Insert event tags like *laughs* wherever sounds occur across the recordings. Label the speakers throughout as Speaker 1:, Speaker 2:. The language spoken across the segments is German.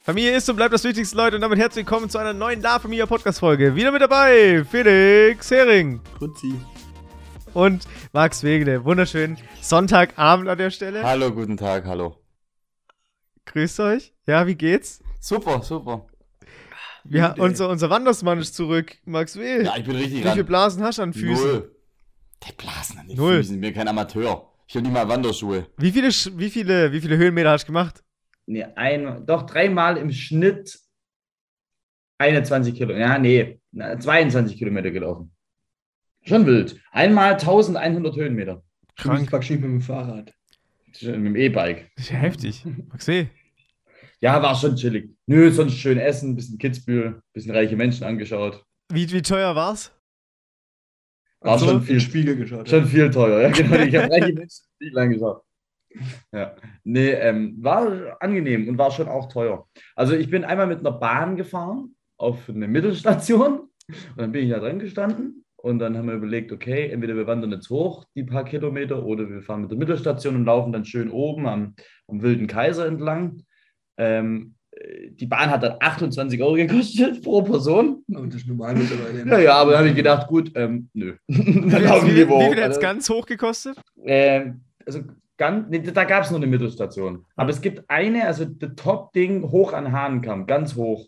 Speaker 1: Familie ist und bleibt das Wichtigste, Leute. Und damit herzlich willkommen zu einer neuen La Familia Podcast Folge. Wieder mit dabei Felix Hering
Speaker 2: Grüezi.
Speaker 1: und Max Wegele. Wunderschönen Sonntagabend an der Stelle.
Speaker 2: Hallo, guten Tag, hallo.
Speaker 1: Grüßt euch. Ja, wie geht's?
Speaker 2: Super, super.
Speaker 1: Ja,
Speaker 2: Gut, ey.
Speaker 1: unser, unser Wandersmann ist zurück. Max Wegele.
Speaker 2: Ja, Ah, ich bin richtig
Speaker 1: wie viele
Speaker 2: ran.
Speaker 1: Blasen hast du an Füßen?
Speaker 2: Null. Der Blasen an den
Speaker 1: Null.
Speaker 2: Füßen, ich bin kein Amateur. Ich habe nicht mal Wanderschuhe.
Speaker 1: Wie viele, Sch- wie viele, wie viele Höhenmeter hast du gemacht?
Speaker 3: Nee, ein, doch dreimal im Schnitt 21 Kilometer. Ja, nee, na, 22 Kilometer gelaufen. Schon wild. Einmal 1100 Höhenmeter.
Speaker 1: Krank.
Speaker 4: Praktisch mit dem Fahrrad.
Speaker 3: Schon Mit dem E-Bike.
Speaker 1: Das ist ja heftig. Max Wegele.
Speaker 3: Ja, war schon chillig. Nö, sonst schön essen, bisschen Kitzbühel, bisschen reiche Menschen angeschaut.
Speaker 1: Wie, wie teuer war's?
Speaker 3: War
Speaker 4: so,
Speaker 3: schon
Speaker 4: in den
Speaker 3: viel,
Speaker 4: Spiegel geschaut.
Speaker 3: schon viel teuer. Ja, genau. Ich
Speaker 1: *laughs*
Speaker 3: habe reiche Menschen nicht angeschaut. Ja. Nee, ähm, war angenehm und war schon auch teuer. Also ich bin einmal mit einer Bahn gefahren auf eine Mittelstation und dann bin ich da dran gestanden und dann haben wir überlegt, okay, entweder wir wandern jetzt hoch die paar Kilometer oder wir fahren mit der Mittelstation und laufen dann schön oben am, am Wilden Kaiser entlang. Ähm, äh, die Bahn hat dann 28 Euro gekostet pro Person.
Speaker 4: Ja. Und das ist normal mittlerweile.
Speaker 3: Ja, ja, aber dann habe ich gedacht, gut, ähm, nö. *laughs* dann
Speaker 1: Wie,
Speaker 3: laufen
Speaker 1: wie,
Speaker 3: wir
Speaker 1: wie,
Speaker 3: hoch.
Speaker 1: wie viel hat's
Speaker 3: Also-
Speaker 1: ganz hoch gekostet?
Speaker 3: ähm, also ganz, nee, da gab es nur eine Mittelstation.
Speaker 4: Ah.
Speaker 3: Aber es gibt eine, also das Top-Ding hoch an Hahnenkamm, ganz hoch.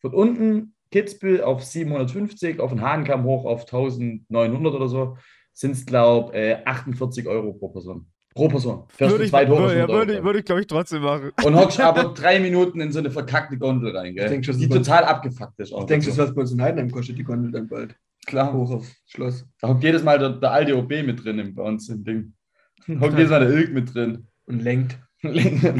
Speaker 3: Von unten Kitzbühel auf 750, auf den Hahnenkamm hoch auf 1900 oder so, sind es, glaube äh, 48 Euro pro Person. Pro Person. Fährst du
Speaker 1: ich,
Speaker 3: zwei Tore,
Speaker 1: würde, ja,
Speaker 3: 100 Euro
Speaker 1: würde,
Speaker 3: rein.
Speaker 1: ich- würde ich, glaube ich, trotzdem machen.
Speaker 3: Und hockst aber drei Minuten in so eine verkackte Gondel rein, gell?
Speaker 4: Ich denk schon,
Speaker 3: die
Speaker 4: das ist-
Speaker 3: total abgefuckt ist. auch
Speaker 4: Ich denke,
Speaker 3: dazu.
Speaker 4: das was bei uns in Heidenheim kostet, die Gondel dann bald.
Speaker 3: oh klar.
Speaker 4: Hoch aufs Schloss.
Speaker 3: Da hockt jedes Mal der, der alte OB mit drin im, bei uns im
Speaker 4: *laughs*
Speaker 3: Ding. Da hockt jedes Mal der Ilk mit drin.
Speaker 4: Und lenkt.
Speaker 3: *laughs*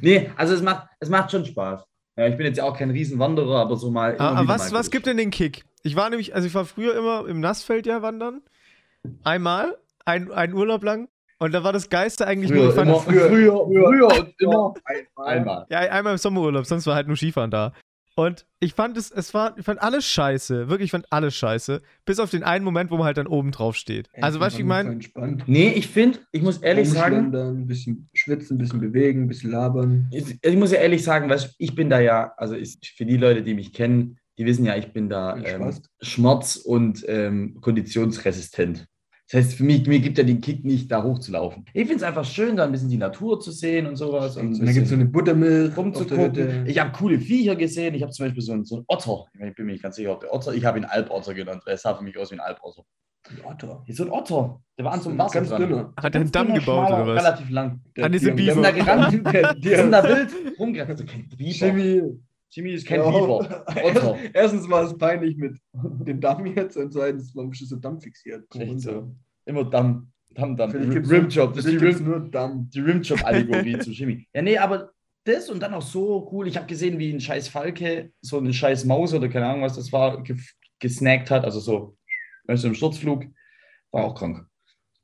Speaker 3: nee, also es macht, es macht schon Spaß. Ja, ich bin jetzt ja auch kein Riesenwanderer, aber so mal. immer
Speaker 1: Ah, ah,
Speaker 3: wieder
Speaker 1: was,
Speaker 3: mal
Speaker 1: was gibt denn den Kick? Ich war nämlich, also ich war früher immer im Nassfeld ja wandern. Einmal, ein, einen Urlaub lang. Und da war das Geilste eigentlich nur,
Speaker 3: früher,
Speaker 1: ich fand,
Speaker 3: immer, früher, früher, und immer
Speaker 4: Einmal.
Speaker 3: einmal.
Speaker 1: ja, einmal im Sommerurlaub, sonst war halt nur Skifahren da. Und ich fand es, es war, ich fand alles scheiße. Wirklich, ich fand alles scheiße. Bis auf den einen Moment, wo man halt dann oben drauf steht. Also, weißt du, ich meine,
Speaker 4: Entspannt.
Speaker 3: Nee, ich finde, ich muss ehrlich sagen,
Speaker 4: Rumschlendern, Ein bisschen schwitzen, ein bisschen bewegen, ein bisschen labern.
Speaker 3: ich, ich muss ja ehrlich sagen, weißt, du, ich bin da ja, also ich, für die Leute, die mich kennen, die wissen ja, ich bin da
Speaker 4: Und
Speaker 3: ähm,
Speaker 4: Spaß.
Speaker 3: schmerz- und ähm, konditionsresistent. Das heißt, für mich, mir gibt ja den Kick nicht, da hochzulaufen. Ich finde es einfach schön, da ein bisschen die Natur zu sehen und sowas. ein
Speaker 4: Und dann
Speaker 3: bisschen-
Speaker 4: gibt es so eine Buttermilch auf der
Speaker 3: rumzugucken.
Speaker 4: Hütte.
Speaker 3: Ich habe coole Viecher gesehen. Ich habe zum Beispiel so einen, so einen Otter. Ich mein, ich bin mir nicht ganz sicher, ob der Otter. Ich habe ihn Albotter genannt. weil Er sah für mich aus wie ein Albotter.
Speaker 4: Ein Otter.
Speaker 3: Hier ist so ein Otter. Der war an so einem Wasser
Speaker 4: Ganz
Speaker 3: dran.
Speaker 4: dünner.
Speaker 1: hat er einen Damm
Speaker 3: Dünner,
Speaker 1: gebaut
Speaker 3: schmaler,
Speaker 1: oder was?
Speaker 3: Relativ lang.
Speaker 1: An diese
Speaker 4: Die
Speaker 3: Die sind
Speaker 1: Biber. *laughs*
Speaker 3: da gerannt. Die sind da wild rumgerannt. Also kein Biber. Jimmy,
Speaker 4: Jimmy,
Speaker 3: ist kein
Speaker 4: Ja.
Speaker 3: Biber. Otter.
Speaker 4: erstens war es peinlich mit dem Damm jetzt und zweitens war ich so Damm fixiert.
Speaker 3: Echt so. Immer Damm. Damm, Damm.
Speaker 4: Vielleicht gibt's-
Speaker 3: Rimjob. Das
Speaker 4: Das
Speaker 3: ist die Rim
Speaker 4: ist nur Damm.
Speaker 3: die Rimjob-Allegorie zu Jimmy. Ja, nee, aber das und dann auch so cool. Ich habe gesehen, wie ein scheiß Falke so eine scheiß Maus oder keine Ahnung, was das war, ge gesnackt hat. Also so, weißt du, im Sturzflug. War auch krank.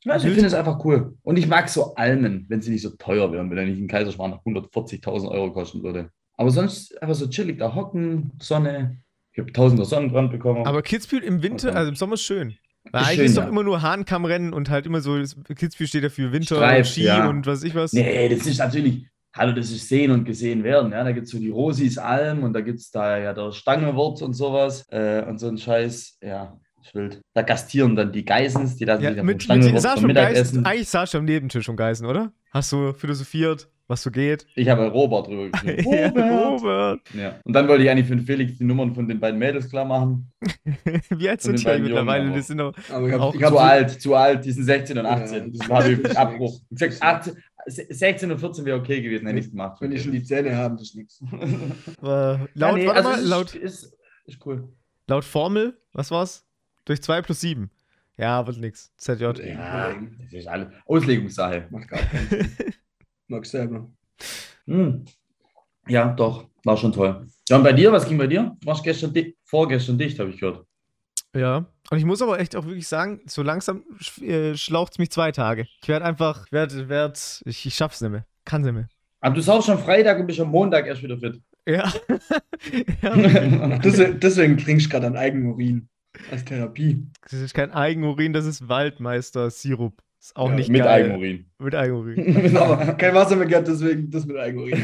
Speaker 3: Ja, Also ich finde es einfach cool. Und ich mag so Almen, wenn sie nicht so teuer wären, wenn er nicht in Kaiserschmarrn nach 140.000 Euro kosten würde. Aber sonst einfach so chillig da hocken, Sonne. Ich habe tausender Sonnenbrand bekommen.
Speaker 1: Aber Kitzbühel im Winter,
Speaker 3: Okay.
Speaker 1: also im Sommer ist schön. Weil eigentlich
Speaker 3: schön,
Speaker 1: ist doch
Speaker 3: ja.
Speaker 1: immer nur Hahnkammrennen und halt immer so, das- Kitzbühel steht ja für Winter,
Speaker 3: Streif,
Speaker 1: Ski
Speaker 3: ja.
Speaker 1: und was ich was.
Speaker 3: Nee, das ist natürlich, hallo, das ist sehen und gesehen werden. Ja, da gibt es so die Rosis Alm und da gibt es da ja der Stangelwort und sowas äh, und so ein Scheiß. Ja, ist wild. Da gastieren dann die Geissens, die da
Speaker 1: Ja,
Speaker 3: sich auf dem
Speaker 1: mit, mit
Speaker 3: Stangelwort
Speaker 1: Sascha
Speaker 3: zum
Speaker 1: und Geisen,
Speaker 3: Mittagessen.
Speaker 1: eigentlich Sascha am Nebentisch und Geisen, oder? Hast du philosophiert, was so geht? *laughs*
Speaker 3: Ich habe Robert drüber geschrieben.
Speaker 1: Ja,
Speaker 3: Robert.
Speaker 1: Robert.
Speaker 3: Ja. Und dann wollte ich eigentlich für den Felix die Nummern von den beiden Mädels klar machen.
Speaker 1: Wie alt
Speaker 3: Von
Speaker 1: sind
Speaker 3: den
Speaker 1: die eigentlich mittlerweile?
Speaker 3: beiden Jungen aber.
Speaker 1: Das sind doch,
Speaker 4: Aber ich
Speaker 1: Auch
Speaker 4: hab, ich hab
Speaker 3: Zu
Speaker 4: so-
Speaker 3: alt, zu alt, die sind 16 und
Speaker 4: Ja,
Speaker 3: 18.
Speaker 4: das
Speaker 3: das
Speaker 4: *laughs*
Speaker 3: war
Speaker 4: ist
Speaker 3: wirklich
Speaker 4: nix.
Speaker 3: Abbruch. Sech- 18, 16 und 14 wäre okay gewesen, hätte ich es gemacht.
Speaker 4: Wenn die schon die Zähne haben, das ist nichts.
Speaker 1: war- äh, laut,
Speaker 3: Ja, nee,
Speaker 1: warte
Speaker 3: also
Speaker 1: mal,
Speaker 3: es ist,
Speaker 1: laut,
Speaker 3: Ist, ist cool.
Speaker 1: laut Formel, was war's? Durch 2 plus 7. Ja, wird nix. ZJ.
Speaker 3: Ja, das ist alles Auslegungssache.
Speaker 4: Macht gar keinen Sinn. Mag selber.
Speaker 3: Hm. Ja, doch, war schon toll. Ja, und bei dir, was ging bei dir? Du warst gestern dicht, vorgestern dicht, habe ich gehört.
Speaker 1: Ja. Und ich muss aber echt auch wirklich sagen, so langsam sch äh, schlaucht es mich zwei Tage. Ich werde einfach, ich werd, werd, ich, ich schaff's nicht mehr. Kann's nicht mehr.
Speaker 3: Aber Ah, du saufst schon Freitag und bist am Montag erst wieder fit.
Speaker 1: Ja. *laughs* ja.
Speaker 3: *laughs*
Speaker 4: Deswegen, deswegen trinkst du gerade an Eigenurin als Therapie.
Speaker 1: Das ist kein Eigenurin, das ist Waldmeister-Sirup. Ist auch
Speaker 3: ja,
Speaker 1: nicht
Speaker 3: mit
Speaker 1: geil.
Speaker 4: *laughs*
Speaker 3: Eigenurin.
Speaker 1: Mit Eigenurin.
Speaker 4: Aber kein Wasser mehr gehabt, deswegen das mit Eigenurin.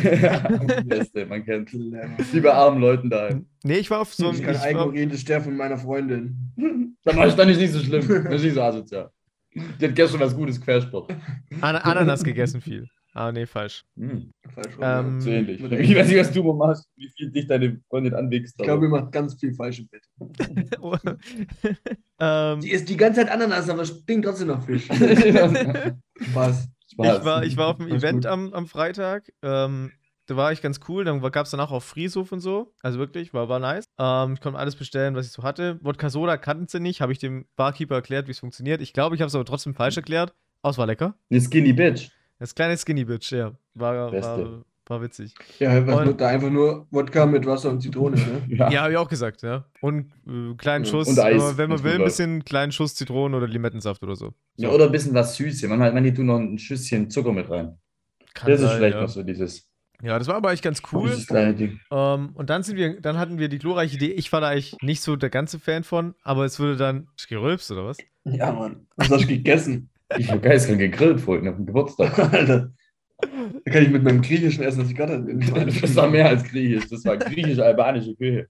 Speaker 3: *laughs* Beste, man kennt. Die bei armen Leuten da.
Speaker 1: Nee, ich war auf so einem.
Speaker 4: Ich kann
Speaker 1: Ich war,
Speaker 4: Eigenurin, das sterben meiner Freundin. *laughs*
Speaker 3: Dann war ich dann nicht so schlimm. Das ist nicht so asozial. Die hat gestern was Gutes Quersport.
Speaker 1: An Ananas gegessen viel. Ah, nee, falsch. *laughs*
Speaker 3: Hm,
Speaker 4: Falsch rum, ja.
Speaker 1: Ähm,
Speaker 3: so ähnlich. *laughs* Ich weiß nicht, was du immer machst, wie viel dich deine Freundin anwickst.
Speaker 4: ich glaube,
Speaker 3: *laughs*
Speaker 4: ihr macht ganz viel falsch im Bett.
Speaker 1: ähm,
Speaker 4: Die isst die ganze Zeit Ananas, aber stinkt trotzdem noch *laughs* Fisch. Spaß.
Speaker 1: Ich war, ich war auf einem Event am, am Freitag. Ähm, da war ich ganz cool. Dann gab es danach auch Frieshof und so. Also wirklich, war, war nice. Ähm, ich konnte alles bestellen, was ich so hatte. Wodka Soda kannten sie nicht. Habe ich dem Barkeeper erklärt, wie es funktioniert. Ich glaube, ich habe es aber trotzdem falsch erklärt. Aus war lecker.
Speaker 3: Eine Skinny Bitch.
Speaker 1: Das kleine Skinny Bitch, ja. War, war,
Speaker 2: Beste.
Speaker 1: war witzig.
Speaker 4: Ja, was
Speaker 1: Und-
Speaker 4: wird da einfach nur Wodka mit Wasser und Zitrone, ne?
Speaker 3: *laughs*
Speaker 1: Ja, habe ich auch gesagt, ja. Und äh, kleinen
Speaker 4: Ja.
Speaker 1: Schuss,
Speaker 3: Und Eis,
Speaker 1: wenn man- wenn man
Speaker 3: wenn's
Speaker 1: will,
Speaker 3: gut
Speaker 1: ein
Speaker 3: läuft.
Speaker 1: bisschen kleinen Schuss Zitronen oder Limettensaft oder so.
Speaker 3: Ja, oder ein bisschen was Süßes. Manchmal, manche tun noch ein Schüsschen Zucker mit rein.
Speaker 1: Kann
Speaker 3: Das ist
Speaker 1: sein,
Speaker 3: vielleicht
Speaker 1: ja.
Speaker 3: noch so dieses,
Speaker 1: Ja, das war aber eigentlich ganz cool.
Speaker 3: dieses kleine Ding.
Speaker 1: Ähm, und dann sind wir, dann hatten wir die glorreiche Idee. Ich war da eigentlich nicht so der ganze Fan von, aber es würde dann Hast du gerülpst oder was?
Speaker 4: Ja, Mann. Was hast du gegessen?
Speaker 3: Ich habe geistern gegrillt vorhin auf dem Geburtstag. *laughs*
Speaker 4: Alter. Da kann ich mit meinem griechischen Essen, das ich gerade hatte.
Speaker 3: Das war mehr als griechisch. Das war griechisch-albanische Küche.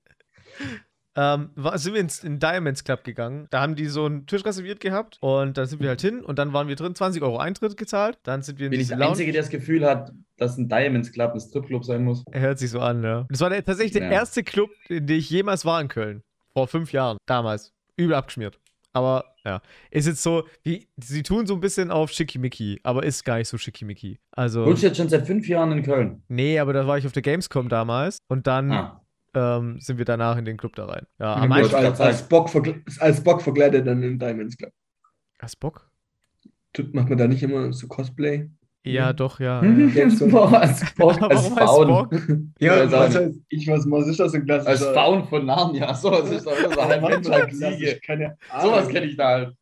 Speaker 1: Ähm, war, sind wir ins, in Diamonds Club gegangen. Da haben die so einen Tisch reserviert gehabt und dann sind wir halt hin und dann waren wir drin, 20 Euro Eintritt gezahlt. Dann sind wir in
Speaker 3: Bin ich
Speaker 1: diese
Speaker 3: der
Speaker 1: Lounge.
Speaker 3: Einzige, der das Gefühl hat, dass ein Diamonds Club ein Stripclub sein muss?
Speaker 1: Er hört sich so an, ja. Das war der, tatsächlich der
Speaker 3: Ja.
Speaker 1: erste Club, in dem ich jemals war in Köln. Vor fünf Jahren. Damals. Übel abgeschmiert. Aber ja, ist jetzt so, wie, sie tun so ein bisschen auf Schickimicki, aber ist gar nicht so Schickimicki. Also,
Speaker 3: Wohnst du jetzt schon seit fünf Jahren in Köln?
Speaker 1: nee, aber da war ich auf der Gamescom damals und dann
Speaker 3: Ah, *laughs* Mhm.
Speaker 1: ähm, sind wir danach in den Club da rein. Ja,
Speaker 4: Ja,
Speaker 1: am
Speaker 4: gut,
Speaker 3: Einstieg-
Speaker 1: meisten.
Speaker 4: als, als, Bock verkle- als Bock verkleidet dann in Diamonds Club.
Speaker 1: Hast du Bock?
Speaker 4: Tut- Macht man da nicht immer so Cosplay? Äh,
Speaker 1: Ja,
Speaker 3: Mhm.
Speaker 4: Ja.
Speaker 1: doch,
Speaker 3: *laughs*
Speaker 1: ja. ja.
Speaker 4: *laughs* Gamescom.
Speaker 3: Boah, als
Speaker 1: *laughs*
Speaker 3: Bock,
Speaker 1: Aber
Speaker 3: als
Speaker 1: *laughs* Warum heißt
Speaker 3: Faun.
Speaker 1: Bock?
Speaker 3: Ja,
Speaker 4: Ja, was
Speaker 3: dann-
Speaker 4: heißt, ich weiß mal, was ist das ein klassischer?
Speaker 3: Als Faun von Narnia. So, was ist das? Das ist ein
Speaker 4: Mann,
Speaker 3: Menschheit
Speaker 4: klassisch,
Speaker 3: Siege.
Speaker 4: keine
Speaker 3: *laughs*
Speaker 4: Ahnung.
Speaker 3: Sowas kenne ich da halt.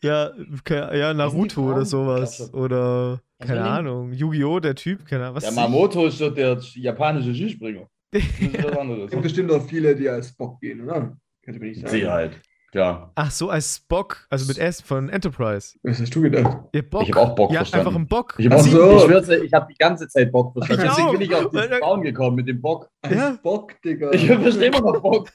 Speaker 1: Ja, ke- ja, Naruto
Speaker 3: Frauen-
Speaker 1: oder sowas.
Speaker 3: Klasse.
Speaker 1: Oder,
Speaker 3: Was
Speaker 1: keine
Speaker 3: soll ich-
Speaker 1: Ahnung, Yu-Gi-Oh!, der Typ, keine Ahnung. Was
Speaker 3: Der Mamoto ist doch der
Speaker 1: *laughs*
Speaker 3: japanische Skispringer. Das ist was
Speaker 4: Es gibt
Speaker 3: anderes.
Speaker 4: bestimmt auch viele, die als Bock gehen, oder? Könnte mir nicht sagen.
Speaker 3: Sicherheit. halt. Ja.
Speaker 1: Ach so, als Spock, also mit S von Enterprise.
Speaker 4: Was hast du gedacht?
Speaker 1: Ihr Bock.
Speaker 3: Ich hab auch Bock
Speaker 1: Ja,
Speaker 3: verstanden.
Speaker 1: einfach ein Bock.
Speaker 3: Ich habe
Speaker 4: Ach so.
Speaker 3: hab die ganze Zeit Bock verstanden.
Speaker 1: Ich
Speaker 3: Deswegen
Speaker 1: auch.
Speaker 3: bin ich auf
Speaker 1: Weil da-
Speaker 3: diesen Faun gekommen mit dem Bock.
Speaker 4: Als
Speaker 1: Ja.
Speaker 4: Bock, Digga.
Speaker 3: Ich verstehe immer noch *laughs* Bock.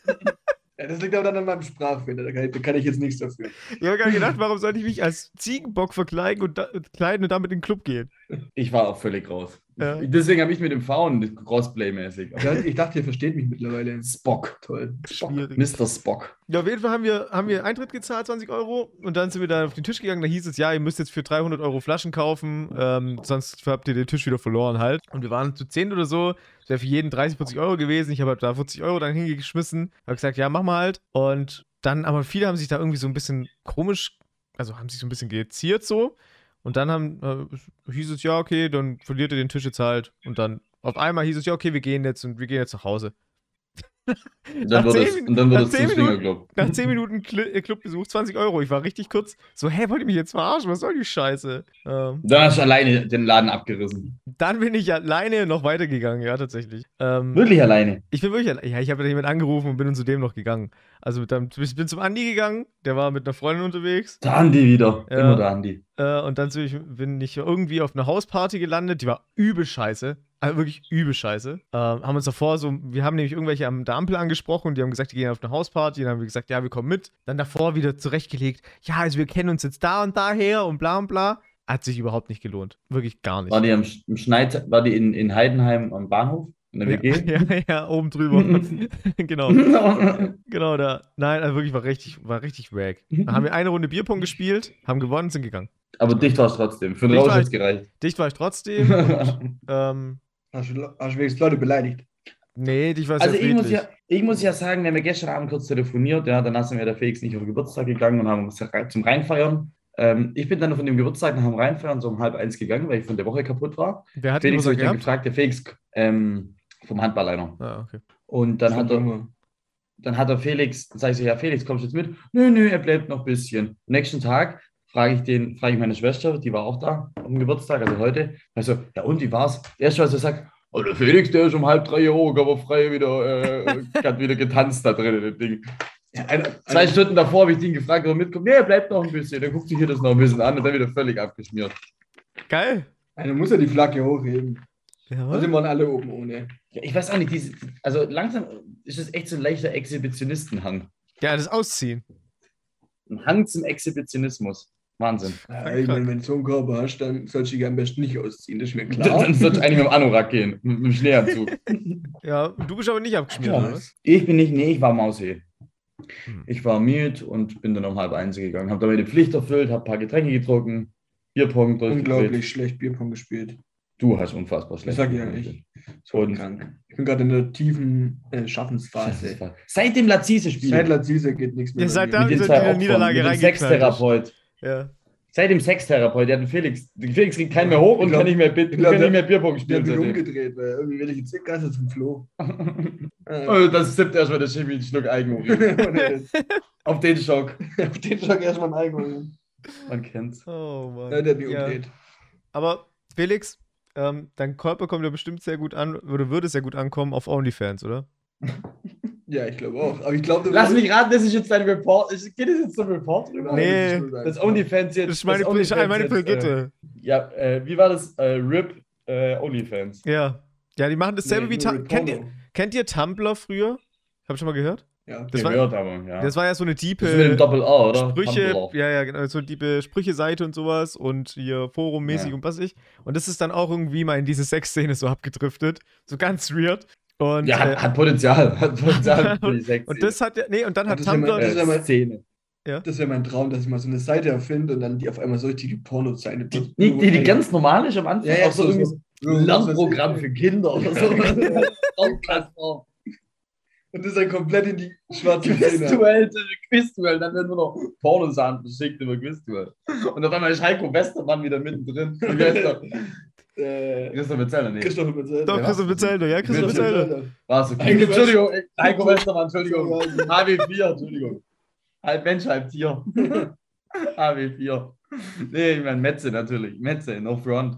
Speaker 4: Ja, das liegt aber dann an meinem Sprachfehler. Da kann ich, da kann ich jetzt nichts dafür.
Speaker 1: Ich habe gerade gedacht, warum sollte ich mich als Ziegenbock verkleiden und, da, kleiden und damit in den Club gehen?
Speaker 3: Ich war auch völlig raus.
Speaker 1: Ja.
Speaker 3: Deswegen habe ich mit dem Faun Crossplay-mäßig.
Speaker 4: Ja, Ich dachte, ihr versteht mich mittlerweile.
Speaker 3: Spock.
Speaker 4: Toll.
Speaker 1: Schwierig.
Speaker 3: Mr. Spock.
Speaker 1: Ja, auf jeden Fall haben wir, haben wir Eintritt gezahlt, 20 Euro. Und dann sind wir da auf den Tisch gegangen. Da hieß es, ja, ihr müsst jetzt für 300 Euro Flaschen kaufen. Ähm, sonst habt ihr den Tisch wieder verloren halt. Und wir waren zu 10 oder so. Es wäre für jeden 30, 40 Euro gewesen. Ich habe halt da 40 Euro dann hingeschmissen. Habe gesagt, ja, mach mal halt. Und dann, aber viele haben sich da irgendwie so ein bisschen komisch, also haben sich so ein bisschen geziert so. Und dann haben, äh, hieß es, ja, okay, dann verliert ihr den Tisch jetzt halt. Und dann auf einmal hieß es, ja, okay, wir gehen jetzt und wir gehen jetzt nach Hause.
Speaker 3: Und
Speaker 1: Nach
Speaker 3: dann wird
Speaker 1: zehn
Speaker 3: es,
Speaker 1: Min-
Speaker 3: und dann wird
Speaker 1: nach
Speaker 3: es zum
Speaker 1: zehn Minuten-
Speaker 3: Swingerclub.
Speaker 1: Nach 10 Minuten Cl äh, Clubbesuch, 20 Euro. Ich war richtig kurz so, hä, wollt ihr mich jetzt verarschen? Was soll die Scheiße? Ähm,
Speaker 3: Dann hast du alleine den Laden abgerissen.
Speaker 1: dann bin ich alleine noch weitergegangen, ja, tatsächlich. Ähm,
Speaker 3: Wirklich alleine.
Speaker 1: ich bin wirklich alle- Ja, ich habe da jemanden angerufen und bin dann zu dem noch gegangen. Also mit einem, ich bin zum Andi gegangen, der war mit einer Freundin unterwegs.
Speaker 3: Der Andi wieder.
Speaker 1: Ja.
Speaker 3: Immer der Andi.
Speaker 1: Äh, und dann bin ich, bin ich irgendwie auf einer Hausparty gelandet, die war übel scheiße. Also wirklich übel scheiße. Ähm, haben uns davor so, wir haben nämlich irgendwelche am der Ampel angesprochen und die haben gesagt, die gehen auf eine Hausparty. Dann haben wir gesagt, ja, wir kommen mit. Dann davor wieder zurechtgelegt, ja, also wir kennen uns jetzt da und daher und bla und bla. Hat sich überhaupt nicht gelohnt. Wirklich gar nicht.
Speaker 3: War die, am, Sch- im Schneid, war die in, in Heidenheim am Bahnhof? In der
Speaker 1: ja,
Speaker 3: WG?
Speaker 1: *laughs* ja, ja, oben drüber. genau. Genau da. Nein, also wirklich war richtig, war richtig wack. Dann haben wir eine Runde Bierpong gespielt, haben gewonnen, sind gegangen.
Speaker 3: *laughs* Aber dicht war es trotzdem. Für den
Speaker 1: Dicht
Speaker 3: Rausch
Speaker 1: war
Speaker 3: hat es
Speaker 1: ich-
Speaker 3: gereicht.
Speaker 1: Dich war ich trotzdem.
Speaker 3: *laughs*
Speaker 1: Und, ähm,
Speaker 4: Hast du, Le- hast du wenigstens Leute beleidigt?
Speaker 1: nee, dich war sehr
Speaker 3: Also ich muss,
Speaker 1: friedlich.
Speaker 3: ja, ich muss ja sagen, wir haben ja gestern Abend kurz telefoniert, ja, danach sind wir der Felix nicht auf den Geburtstag gegangen und haben uns rein- zum Reinfeiern. Ähm, ich bin dann von dem Geburtstag nach dem Reinfeiern so um halb eins gegangen, weil ich von der Woche kaputt war.
Speaker 1: Wer hat
Speaker 3: Felix
Speaker 1: die
Speaker 3: habe
Speaker 1: Ursache
Speaker 3: ich dann
Speaker 1: gehabt?
Speaker 3: gefragt, der Felix ähm, vom Handballliner.
Speaker 1: Ah, okay.
Speaker 3: Und dann hat, er,
Speaker 4: immer.
Speaker 3: dann hat er Felix, dann sage ich so, ja Felix, kommst du jetzt mit? Nö, nö, er bleibt noch ein bisschen. Nächsten Tag frage ich den, frage ich meine Schwester, die war auch da am Geburtstag, also heute. Also, ja und, wie war's? Erst was er sagt, oh, der Felix, der ist um halb drei Uhr, aber frei wieder, äh, hat wieder getanzt da drin in dem Ding.
Speaker 4: Ja, einer,
Speaker 3: Zwei
Speaker 4: einer,
Speaker 3: Stunden davor habe ich den gefragt, ob er mitkommt. Nee, er bleibt noch ein bisschen. Dann guckt sich hier das noch ein bisschen an und dann wieder völlig abgeschmiert.
Speaker 1: Geil.
Speaker 4: einer muss ja die Flagge hochheben.
Speaker 1: Ja,
Speaker 4: Da sind wir alle oben ohne.
Speaker 3: Ja, ich weiß auch nicht, diese, also langsam ist es echt so ein leichter Exhibitionistenhang.
Speaker 1: ja das Ausziehen.
Speaker 3: Ein Hang zum Exhibitionismus. Wahnsinn.
Speaker 4: Ja, ich meine, wenn du so einen Körper hast, dann sollst du dich am besten nicht ausziehen, das
Speaker 3: *laughs*
Speaker 4: ist mir
Speaker 3: Dann,
Speaker 4: klar.
Speaker 3: dann sollte eigentlich mit dem Anorak gehen, mit, mit dem
Speaker 4: *laughs*
Speaker 3: Schneeanzug.
Speaker 1: Ja, du bist aber nicht abgeschmiert, oder? was?
Speaker 3: Ich bin nicht, nee, ich war Mausi.
Speaker 1: Hm.
Speaker 3: Ich war müde und bin dann um halb eins gegangen, habe damit die Pflicht erfüllt, habe ein paar Getränke getrunken, Bierpong durchgespielt.
Speaker 4: Unglaublich schlecht Bierpong gespielt.
Speaker 3: Du hast unfassbar schlecht.
Speaker 4: sag ich ja
Speaker 3: gespielt.
Speaker 4: nicht.
Speaker 3: Und-
Speaker 4: Krank. Ich bin gerade in der tiefen äh,
Speaker 3: Das
Speaker 4: Schaffensphase.
Speaker 3: war- Seit dem Lazise-Spiel.
Speaker 4: Seit Lazise geht nichts mehr.
Speaker 1: Ihr
Speaker 4: bei
Speaker 1: seid
Speaker 4: mir.
Speaker 1: da-
Speaker 3: mit den
Speaker 1: sind die
Speaker 3: zwei
Speaker 1: in die
Speaker 3: Opfern,
Speaker 1: Niederlage
Speaker 3: mit dem
Speaker 1: reingeknallt.
Speaker 3: Sextherapeut.
Speaker 1: Ja.
Speaker 3: Seit dem Sextherapeut, der hat den Felix. Den Felix kriegt keinen mehr hoch und
Speaker 4: Ich glaub-
Speaker 3: kann nicht mehr bitten,
Speaker 4: ich glaub,
Speaker 3: kann
Speaker 4: der-
Speaker 3: nicht mehr Bierpong
Speaker 4: Ich
Speaker 3: spielen.
Speaker 4: bin
Speaker 3: seitdem.
Speaker 4: umgedreht, weil irgendwie will ich in Zickgasse
Speaker 3: *laughs*
Speaker 4: zum Flo. Ah. *laughs* Äh,
Speaker 3: Oh, Das sippt erstmal der Chemie einen Schluck Eigenurin.
Speaker 4: ohne-
Speaker 3: Auf den Schock.
Speaker 4: Auf den Schlag erstmal ein Eigenhorn.
Speaker 3: Man kennt's.
Speaker 1: Oh Mann.
Speaker 4: Ja, der hat mich
Speaker 1: Ja.
Speaker 4: umgedreht.
Speaker 1: Aber Felix, ähm, dein Körper kommt ja bestimmt sehr gut an, oder würde sehr gut ankommen auf OnlyFans, oder?
Speaker 4: Ja, ich glaube auch. Aber ich glaube,
Speaker 3: Lass mich raten, das ist jetzt dein Report. Ist- Geht es jetzt zum Report rüber?
Speaker 1: Nee.
Speaker 3: Das OnlyFans jetzt.
Speaker 1: Das ist meine,
Speaker 3: das
Speaker 1: das ist
Speaker 3: OnlyFans
Speaker 1: meine
Speaker 3: jetzt,
Speaker 1: Brigitte.
Speaker 3: Äh, ja, äh, wie war das? Äh, RIP äh, OnlyFans.
Speaker 1: Ja. Ja, die machen dasselbe wie. Ta- Kennt ihr, kennt ihr Tumblr früher? Hab ich schon mal gehört?
Speaker 4: Ja.
Speaker 1: Das war-
Speaker 3: Gehört aber, ja.
Speaker 1: Das war ja so eine diepe.
Speaker 3: Das ist mit dem Doppel-A, oder?
Speaker 1: Sprüche,
Speaker 3: Tumblr.
Speaker 1: ja, ja, genau, so die Sprüche-Seite und sowas und hier forummäßig
Speaker 3: Ja.
Speaker 1: und was weiß ich. Und das ist dann auch irgendwie mal in diese Sexszene so abgedriftet. So ganz weird. Und,
Speaker 3: Ja,
Speaker 1: äh,
Speaker 3: hat, hat Potenzial. Hat Potenzial
Speaker 1: *laughs*
Speaker 3: für die Sexszene.
Speaker 1: und das hat ja, nee, und dann
Speaker 4: Hat
Speaker 1: hat
Speaker 4: das jemand-
Speaker 1: Tumblr,
Speaker 4: äh,
Speaker 3: äh, Szene.
Speaker 4: Das wäre mein Traum, dass ich mal so eine Seite erfinde und dann die auf einmal so richtige Porno-Seite
Speaker 3: Die, die, die ganz normal ist am Anfang.
Speaker 4: Ja, ja,
Speaker 3: auch so,
Speaker 4: so-
Speaker 3: irgendwie
Speaker 4: so-
Speaker 3: ein Lernprogramm für Kinder oder so. Raumplattform.
Speaker 4: *laughs* Und ist dann komplett in die schwarze Szene.
Speaker 3: Quizduell, Quizduell, dann werden nur noch Pornosachen verschickt über Quizduell. Und auf einmal ist Heiko Westermann wieder
Speaker 4: *laughs*
Speaker 3: mittendrin. Und wie heißt er?
Speaker 4: Äh,
Speaker 3: Christoph Metzeller, nee.
Speaker 4: Christoph Metzelder.
Speaker 1: doch, Christoph Bezelder, ja, Christoph
Speaker 3: Bitte.
Speaker 1: Bezelder.
Speaker 3: War so.
Speaker 4: Heiko
Speaker 3: Entschuldigung, Heiko Westermann, Entschuldigung.
Speaker 4: Entschuldigung.
Speaker 3: HW4, Entschuldigung. Halb Mensch, halb Tier. HW4. Nee, ich meine Metze natürlich. Metze, no front.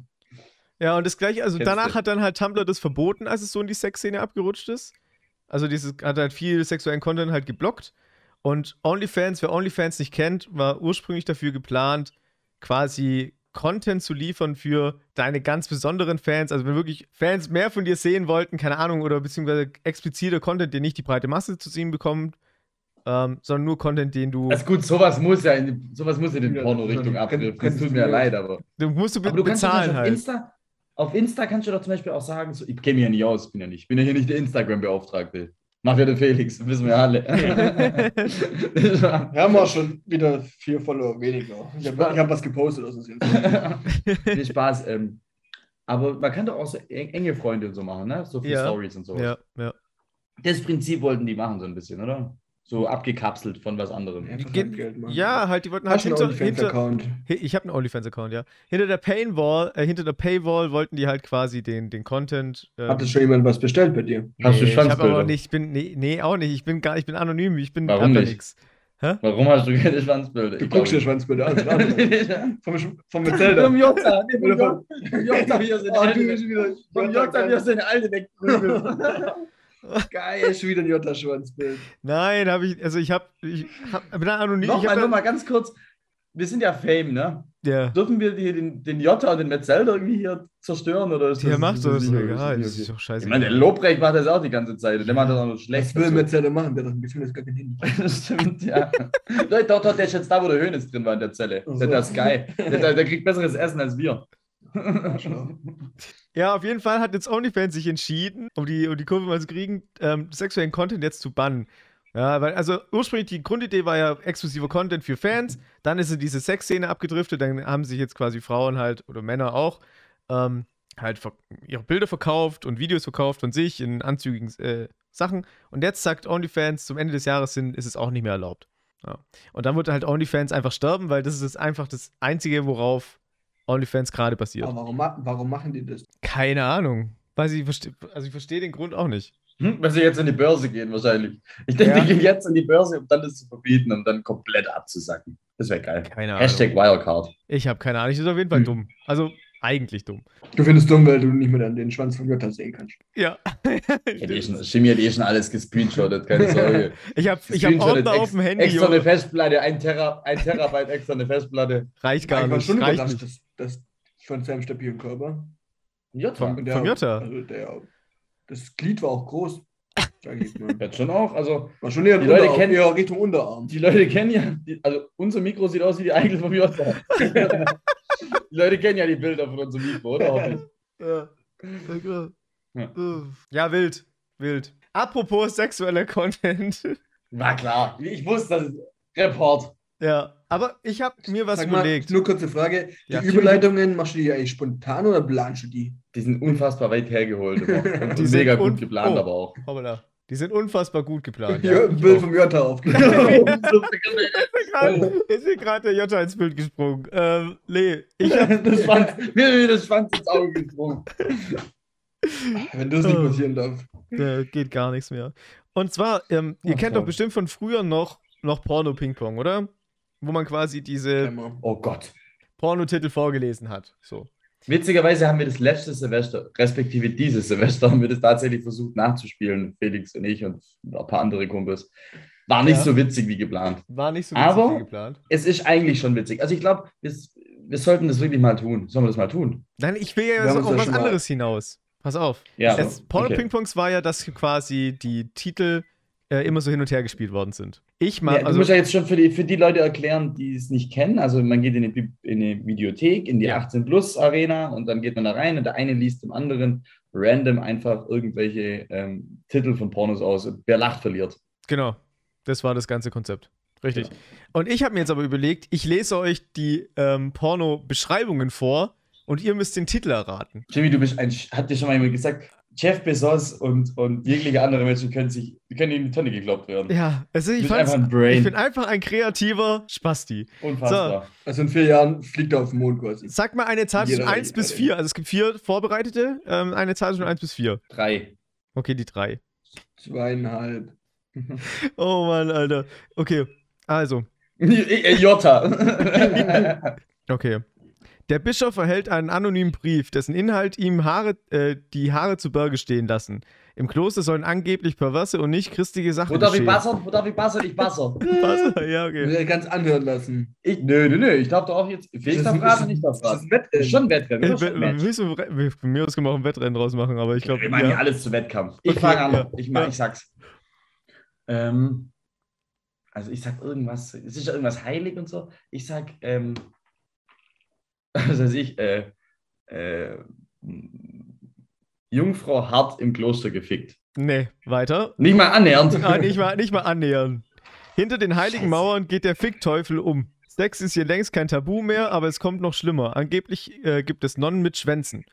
Speaker 1: Ja, und das gleiche, also
Speaker 3: Kennst
Speaker 1: danach
Speaker 3: du.
Speaker 1: hat dann halt Tumblr das verboten, als es so in die Sexszene abgerutscht ist. Also dieses hat halt viel sexuellen Content halt geblockt. Und OnlyFans, wer OnlyFans nicht kennt, war ursprünglich dafür geplant, quasi Content zu liefern für deine ganz besonderen Fans. Also wenn wirklich Fans mehr von dir sehen wollten, keine Ahnung, oder beziehungsweise expliziter Content, den nicht die breite Masse zu sehen bekommt, ähm, sondern nur Content, den du.
Speaker 3: Also gut, sowas muss ja in die, sowas muss in die
Speaker 4: Ja,
Speaker 3: Porno-Richtung
Speaker 4: kann-
Speaker 3: abdriften.
Speaker 4: kann-
Speaker 3: Das tut mir ja leid, aber.
Speaker 1: du musst du, be
Speaker 3: Aber du kannst doch
Speaker 1: bezahlen
Speaker 3: zum Beispiel
Speaker 1: halt.
Speaker 3: Auf Insta, auf Insta kannst du doch zum Beispiel auch sagen, so, ich kenne mich ja nicht aus, bin ja nicht, bin ja hier nicht der Instagram-Beauftragte. Mach ja der Felix, das wissen wir ja alle. *laughs*
Speaker 1: halt.
Speaker 4: Wir haben auch schon wieder vier Follower weniger. Ich habe hab was gepostet aus dem
Speaker 3: nee, Spaß. Ähm, aber man kann doch auch so eng- enge Freunde und so machen, ne? So für
Speaker 1: Ja.
Speaker 3: Stories und sowas.
Speaker 1: *laughs* Ja, ja.
Speaker 3: Das Prinzip wollten die machen so ein bisschen, oder? So abgekapselt von was anderem.
Speaker 1: ja, halt, die wollten halt
Speaker 4: Hast du
Speaker 1: hinter,
Speaker 4: einen
Speaker 1: hinter,
Speaker 4: OnlyFans-Account?
Speaker 1: Hey, Ich habe einen OnlyFans-Account, ja. Hinter der Paywall, äh, hinter der Paywall wollten die halt quasi den, den Content. Ähm,
Speaker 4: Hat das schon jemand was bestellt bei dir?
Speaker 3: Hast du
Speaker 1: nee, ich hab
Speaker 3: Schwanzbilder?
Speaker 1: aber nicht, ich bin, nee, nee, auch nicht. Ich bin gar, ich bin anonym, ich bin
Speaker 3: Warum
Speaker 1: hab da
Speaker 3: nicht?
Speaker 1: nix.
Speaker 3: Warum hast du *laughs* keine Schwanzbilder?
Speaker 4: Du
Speaker 3: Ich
Speaker 4: guckst dir
Speaker 3: glaub-
Speaker 4: Schwanzbilder an.
Speaker 3: *laughs*
Speaker 4: oder? *laughs* Vom, Sch- vom Metzelder.
Speaker 3: Vom Jota, nee, vom
Speaker 4: Oder
Speaker 3: Jota.
Speaker 4: vom-
Speaker 3: Vom Jota, wie er seine
Speaker 4: Oh, du
Speaker 3: Hände-
Speaker 4: bist schon wieder.
Speaker 3: Vom Jota, wie er seine Alte wegprügelt.
Speaker 4: *laughs* Geil, schon wieder ein Jota-Schwanzbild.
Speaker 1: Nein, habe ich, also ich habe, ich hab, bin da anonym. ich hab
Speaker 3: Nochmal,
Speaker 1: da,
Speaker 3: nochmal ganz kurz. Wir sind ja Fame, ne?
Speaker 1: Ja,
Speaker 3: Dürfen wir die, den, den Jota und den Metzelder irgendwie hier zerstören? Oder ist
Speaker 1: der macht sowas,
Speaker 3: ist
Speaker 1: ist
Speaker 3: das
Speaker 1: mir
Speaker 3: nicht
Speaker 1: egal,
Speaker 3: okay?
Speaker 1: das ist doch scheiße.
Speaker 3: Ich meine, der Lobrecht macht das auch die ganze Zeit. Und der macht das auch noch schlecht.
Speaker 4: Was will Metzelder machen? Der hat doch im Gefängnis gar kein
Speaker 1: *laughs*
Speaker 4: Handy.
Speaker 3: Das Stimmt, *laughs* ja. doch, doch, doch, der ist jetzt da, wo der Hönes drin war in der Zelle.
Speaker 4: Ach so.
Speaker 3: Der, der Sky. Der, der, der kriegt besseres Essen als wir.
Speaker 4: Arschloch.
Speaker 1: Ja, auf jeden Fall hat jetzt OnlyFans sich entschieden, um die, um die Kurve mal zu kriegen, ähm, sexuellen Content jetzt zu bannen. Ja, weil, also ursprünglich die Grundidee war ja exklusiver Content für Fans, dann ist in diese Sexszene abgedriftet, dann haben sich jetzt quasi Frauen halt oder Männer auch ähm, halt ver- ihre Bilder verkauft und Videos verkauft von sich in anzügigen äh, Sachen. Und jetzt sagt OnlyFans, zum Ende des Jahres hin ist es auch nicht mehr erlaubt. Ja. Und dann wird halt OnlyFans einfach sterben, weil das ist jetzt einfach das Einzige, worauf OnlyFans gerade basiert.
Speaker 4: Aber warum, ma- warum machen die das?
Speaker 1: Keine Ahnung. Weiß ich, verste also ich verstehe den Grund auch nicht.
Speaker 3: Hm, weil sie jetzt in die Börse gehen, wahrscheinlich. Ich denke,
Speaker 1: Ja.
Speaker 3: die gehen jetzt in die Börse, um dann das zu verbieten, um dann komplett abzusacken. Das wäre geil.
Speaker 1: Keine Ahnung.
Speaker 3: Hashtag Wirecard.
Speaker 1: Ich habe keine Ahnung. Ich ist auf jeden Fall
Speaker 3: Hm.
Speaker 1: dumm. Also eigentlich dumm.
Speaker 4: Du findest dumm, weil du nicht mehr den Schwanz von Götter sehen kannst.
Speaker 1: Ja.
Speaker 3: Hätte ich schon- Jimmy hat eh schon alles gescreenshottet, keine Sorge.
Speaker 1: *laughs* Ich habe ich hab
Speaker 3: Screenshottet,
Speaker 1: Ordner
Speaker 3: ex-
Speaker 1: auf dem Handy.
Speaker 3: Extra eine
Speaker 1: Junge.
Speaker 3: Festplatte, ein, Tera, ein Terabyte extra eine Festplatte.
Speaker 1: Reicht gar
Speaker 4: ich war
Speaker 1: nicht.
Speaker 4: schon
Speaker 1: Reicht
Speaker 4: überrascht,
Speaker 1: nicht.
Speaker 4: dass, dass von seinem stabilen Körper.
Speaker 3: Jota.
Speaker 4: Und der,
Speaker 1: Von Jota?
Speaker 4: Also der, das Glied war auch groß. Sag ich jetzt mal.
Speaker 3: Jetzt schon auch. Also,
Speaker 4: War schon eher,
Speaker 3: Die Leute
Speaker 4: Unterarm,
Speaker 3: kennen-
Speaker 4: eher Richtung Unterarm.
Speaker 3: die Leute kennen ja, die, also unser Mikro sieht aus wie die Eichel vom Jota.
Speaker 1: *laughs*
Speaker 3: die Leute kennen ja die Bilder von unserem Mikro, oder? Hoffe ich.
Speaker 1: Ja, ja, klar. Äh, ja, wild. Wild. Apropos sexueller Content. *laughs*
Speaker 3: War klar. Ich wusste, dass es Report.
Speaker 1: ja. Aber ich habe mir was
Speaker 4: Sag mal,
Speaker 1: überlegt.
Speaker 4: nur kurze Frage. Die
Speaker 1: Ja.
Speaker 4: Überleitungen machst du die eigentlich spontan oder planst du die?
Speaker 3: Die sind unfassbar weit
Speaker 1: *laughs*
Speaker 3: hergeholt. immer. Und
Speaker 1: Die sind
Speaker 3: mega
Speaker 1: un-
Speaker 3: gut geplant,
Speaker 1: oh. *laughs*
Speaker 3: aber auch.
Speaker 1: Hoppala. Die sind unfassbar gut
Speaker 4: *laughs*
Speaker 1: geplant.
Speaker 4: Ja,
Speaker 1: Ja.
Speaker 4: ein Bild vom Jota auf.
Speaker 1: Ist mir grad- *laughs* Ist mir gerade der Jota ins Bild gesprungen. Ähm, nee, ich hab,
Speaker 3: *laughs* das Schwanz, mir ist wieder das Schwanz ins Auge gesprungen.
Speaker 4: Wenn das nicht passieren darf.
Speaker 1: da geht gar nichts mehr. Und zwar, ähm, ihr
Speaker 3: Ach,
Speaker 1: kennt
Speaker 3: toll.
Speaker 1: doch bestimmt von früher noch, noch Porno-Ping-Pong, oder? Wo man quasi diese
Speaker 4: Einmal.
Speaker 3: Oh Gott.
Speaker 1: Pornotitel vorgelesen hat. So.
Speaker 3: Witzigerweise haben wir das letzte Semester, respektive dieses Semester, haben wir das tatsächlich versucht nachzuspielen, Felix und ich und ein paar andere Kumpels. War nicht
Speaker 1: Ja.
Speaker 3: so witzig wie geplant.
Speaker 1: War nicht so
Speaker 3: Aber-
Speaker 1: wie geplant.
Speaker 3: Es ist eigentlich schon witzig. Also ich glaube, wir, wir sollten das wirklich mal tun. Sollen wir das mal tun?
Speaker 1: Nein, ich will ja
Speaker 4: Wir haben
Speaker 1: so
Speaker 4: uns
Speaker 1: auf
Speaker 4: ja
Speaker 1: was
Speaker 4: schon mal-
Speaker 1: anderes hinaus. Pass auf.
Speaker 3: Ja.
Speaker 1: Es, Porno Ping Pongs war ja, dass quasi die Titel äh, immer so hin und her gespielt worden sind. Ich
Speaker 3: Ja,
Speaker 1: mag,
Speaker 3: du
Speaker 1: also
Speaker 3: musst ja jetzt schon für die, für die Leute erklären, die es nicht kennen. Also man geht in eine, Bi- in eine Videothek, in die
Speaker 1: Ja.
Speaker 3: 18-Plus-Arena und dann geht man da rein und der eine liest dem anderen random einfach irgendwelche ähm, Titel von Pornos aus. Und wer lacht, verliert.
Speaker 1: genau, das war das ganze Konzept. Richtig.
Speaker 3: Genau.
Speaker 1: Und ich habe mir jetzt aber überlegt, ich lese euch die ähm, Porno-Beschreibungen vor und ihr müsst den Titel erraten.
Speaker 3: Jimmy, du bist ein, Sch- hat dir schon mal jemand gesagt, Jeff Bezos und, und jegliche andere Menschen können sich, können in die Tonne geglaubt werden.
Speaker 1: Ja, also
Speaker 3: du
Speaker 1: ich,
Speaker 3: bist
Speaker 1: fand's,
Speaker 3: einfach ein
Speaker 1: ich
Speaker 3: Brain.
Speaker 1: bin einfach ein kreativer Spasti.
Speaker 3: Unfassbar.
Speaker 4: Also in vier Jahren fliegt er auf den Mond quasi.
Speaker 1: Sag mal eine Zahl zwischen
Speaker 4: Jeder-
Speaker 1: 1 bis
Speaker 4: jeder-
Speaker 1: 4. Also es gibt vier vorbereitete, ähm, eine Zahl zwischen 1 bis 4.
Speaker 3: Drei. *laughs*
Speaker 1: Okay, die drei.
Speaker 4: Zweieinhalb.
Speaker 1: Oh Mann, Alter. Okay, also. *laughs*
Speaker 3: Jota.
Speaker 1: Okay. Der Bischof erhält einen anonymen Brief, dessen Inhalt ihm Haare, äh, die Haare zu Berge stehen lassen. Im Kloster sollen angeblich perverse und nicht christliche Sachen
Speaker 3: Wo darf ich
Speaker 1: geschehen.
Speaker 3: bassern? Wo darf ich bassern? Ich basser.
Speaker 1: Wasser? Ja, okay.
Speaker 4: Ja. Ganz anhören lassen.
Speaker 3: Ich, nö, nö, nö. Ich darf doch auch jetzt. Felix darf raten, ich darf
Speaker 4: Das
Speaker 3: raten.
Speaker 4: ist Wettrennen.
Speaker 3: Ist schon ein Wettrennen.
Speaker 1: Ey,
Speaker 3: Ist schon ein
Speaker 1: Äh, wir,
Speaker 3: Match.
Speaker 1: müssen, wir, von mir aus können wir auch ein Wettrennen draus machen, aber ich glaube,
Speaker 3: Wir machen ja
Speaker 1: ja.
Speaker 3: alles zu Wettkampf. Ich
Speaker 1: Okay,
Speaker 3: fange an.
Speaker 1: ja,
Speaker 3: Ich, mach,
Speaker 1: ja.
Speaker 3: ich sag's. Ähm, also ich sag irgendwas, es ist ja irgendwas heilig und so. Ich sag, ähm, *laughs* was weiß ich, äh, äh, Jungfrau hart im Kloster gefickt.
Speaker 1: Nee, weiter.
Speaker 3: Nicht mal annähernd.
Speaker 1: Ah, nicht, mal, nicht mal annähern. Hinter den heiligen
Speaker 3: Scheiße.
Speaker 1: Mauern geht der Fickteufel um. Sex ist hier längst kein Tabu mehr, aber es kommt noch schlimmer. Angeblich äh, gibt es Nonnen mit Schwänzen.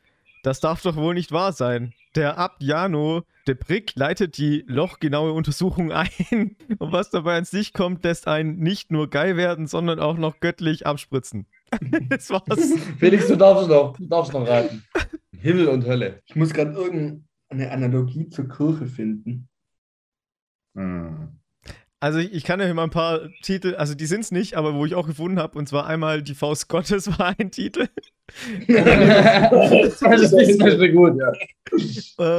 Speaker 1: Das darf doch wohl nicht wahr sein. Der Abt Jano de Brick leitet die lochgenaue Untersuchung *laughs* ein. Und was dabei ans Licht kommt, lässt einen nicht nur geil werden, sondern auch noch göttlich abspritzen. *laughs* das war's.
Speaker 3: Felix, du darfst noch, du darfst noch
Speaker 1: *laughs*
Speaker 3: raten. Himmel und Hölle.
Speaker 4: Ich muss gerade irgendeine Analogie zur Kirche finden.
Speaker 3: Hm.
Speaker 1: Also ich, ich kann ja hier mal ein paar Titel, also die sind's nicht, aber wo ich auch gefunden habe, und zwar einmal die Faust Gottes *laughs* war ein Titel.
Speaker 3: das ist nicht so gut, ja.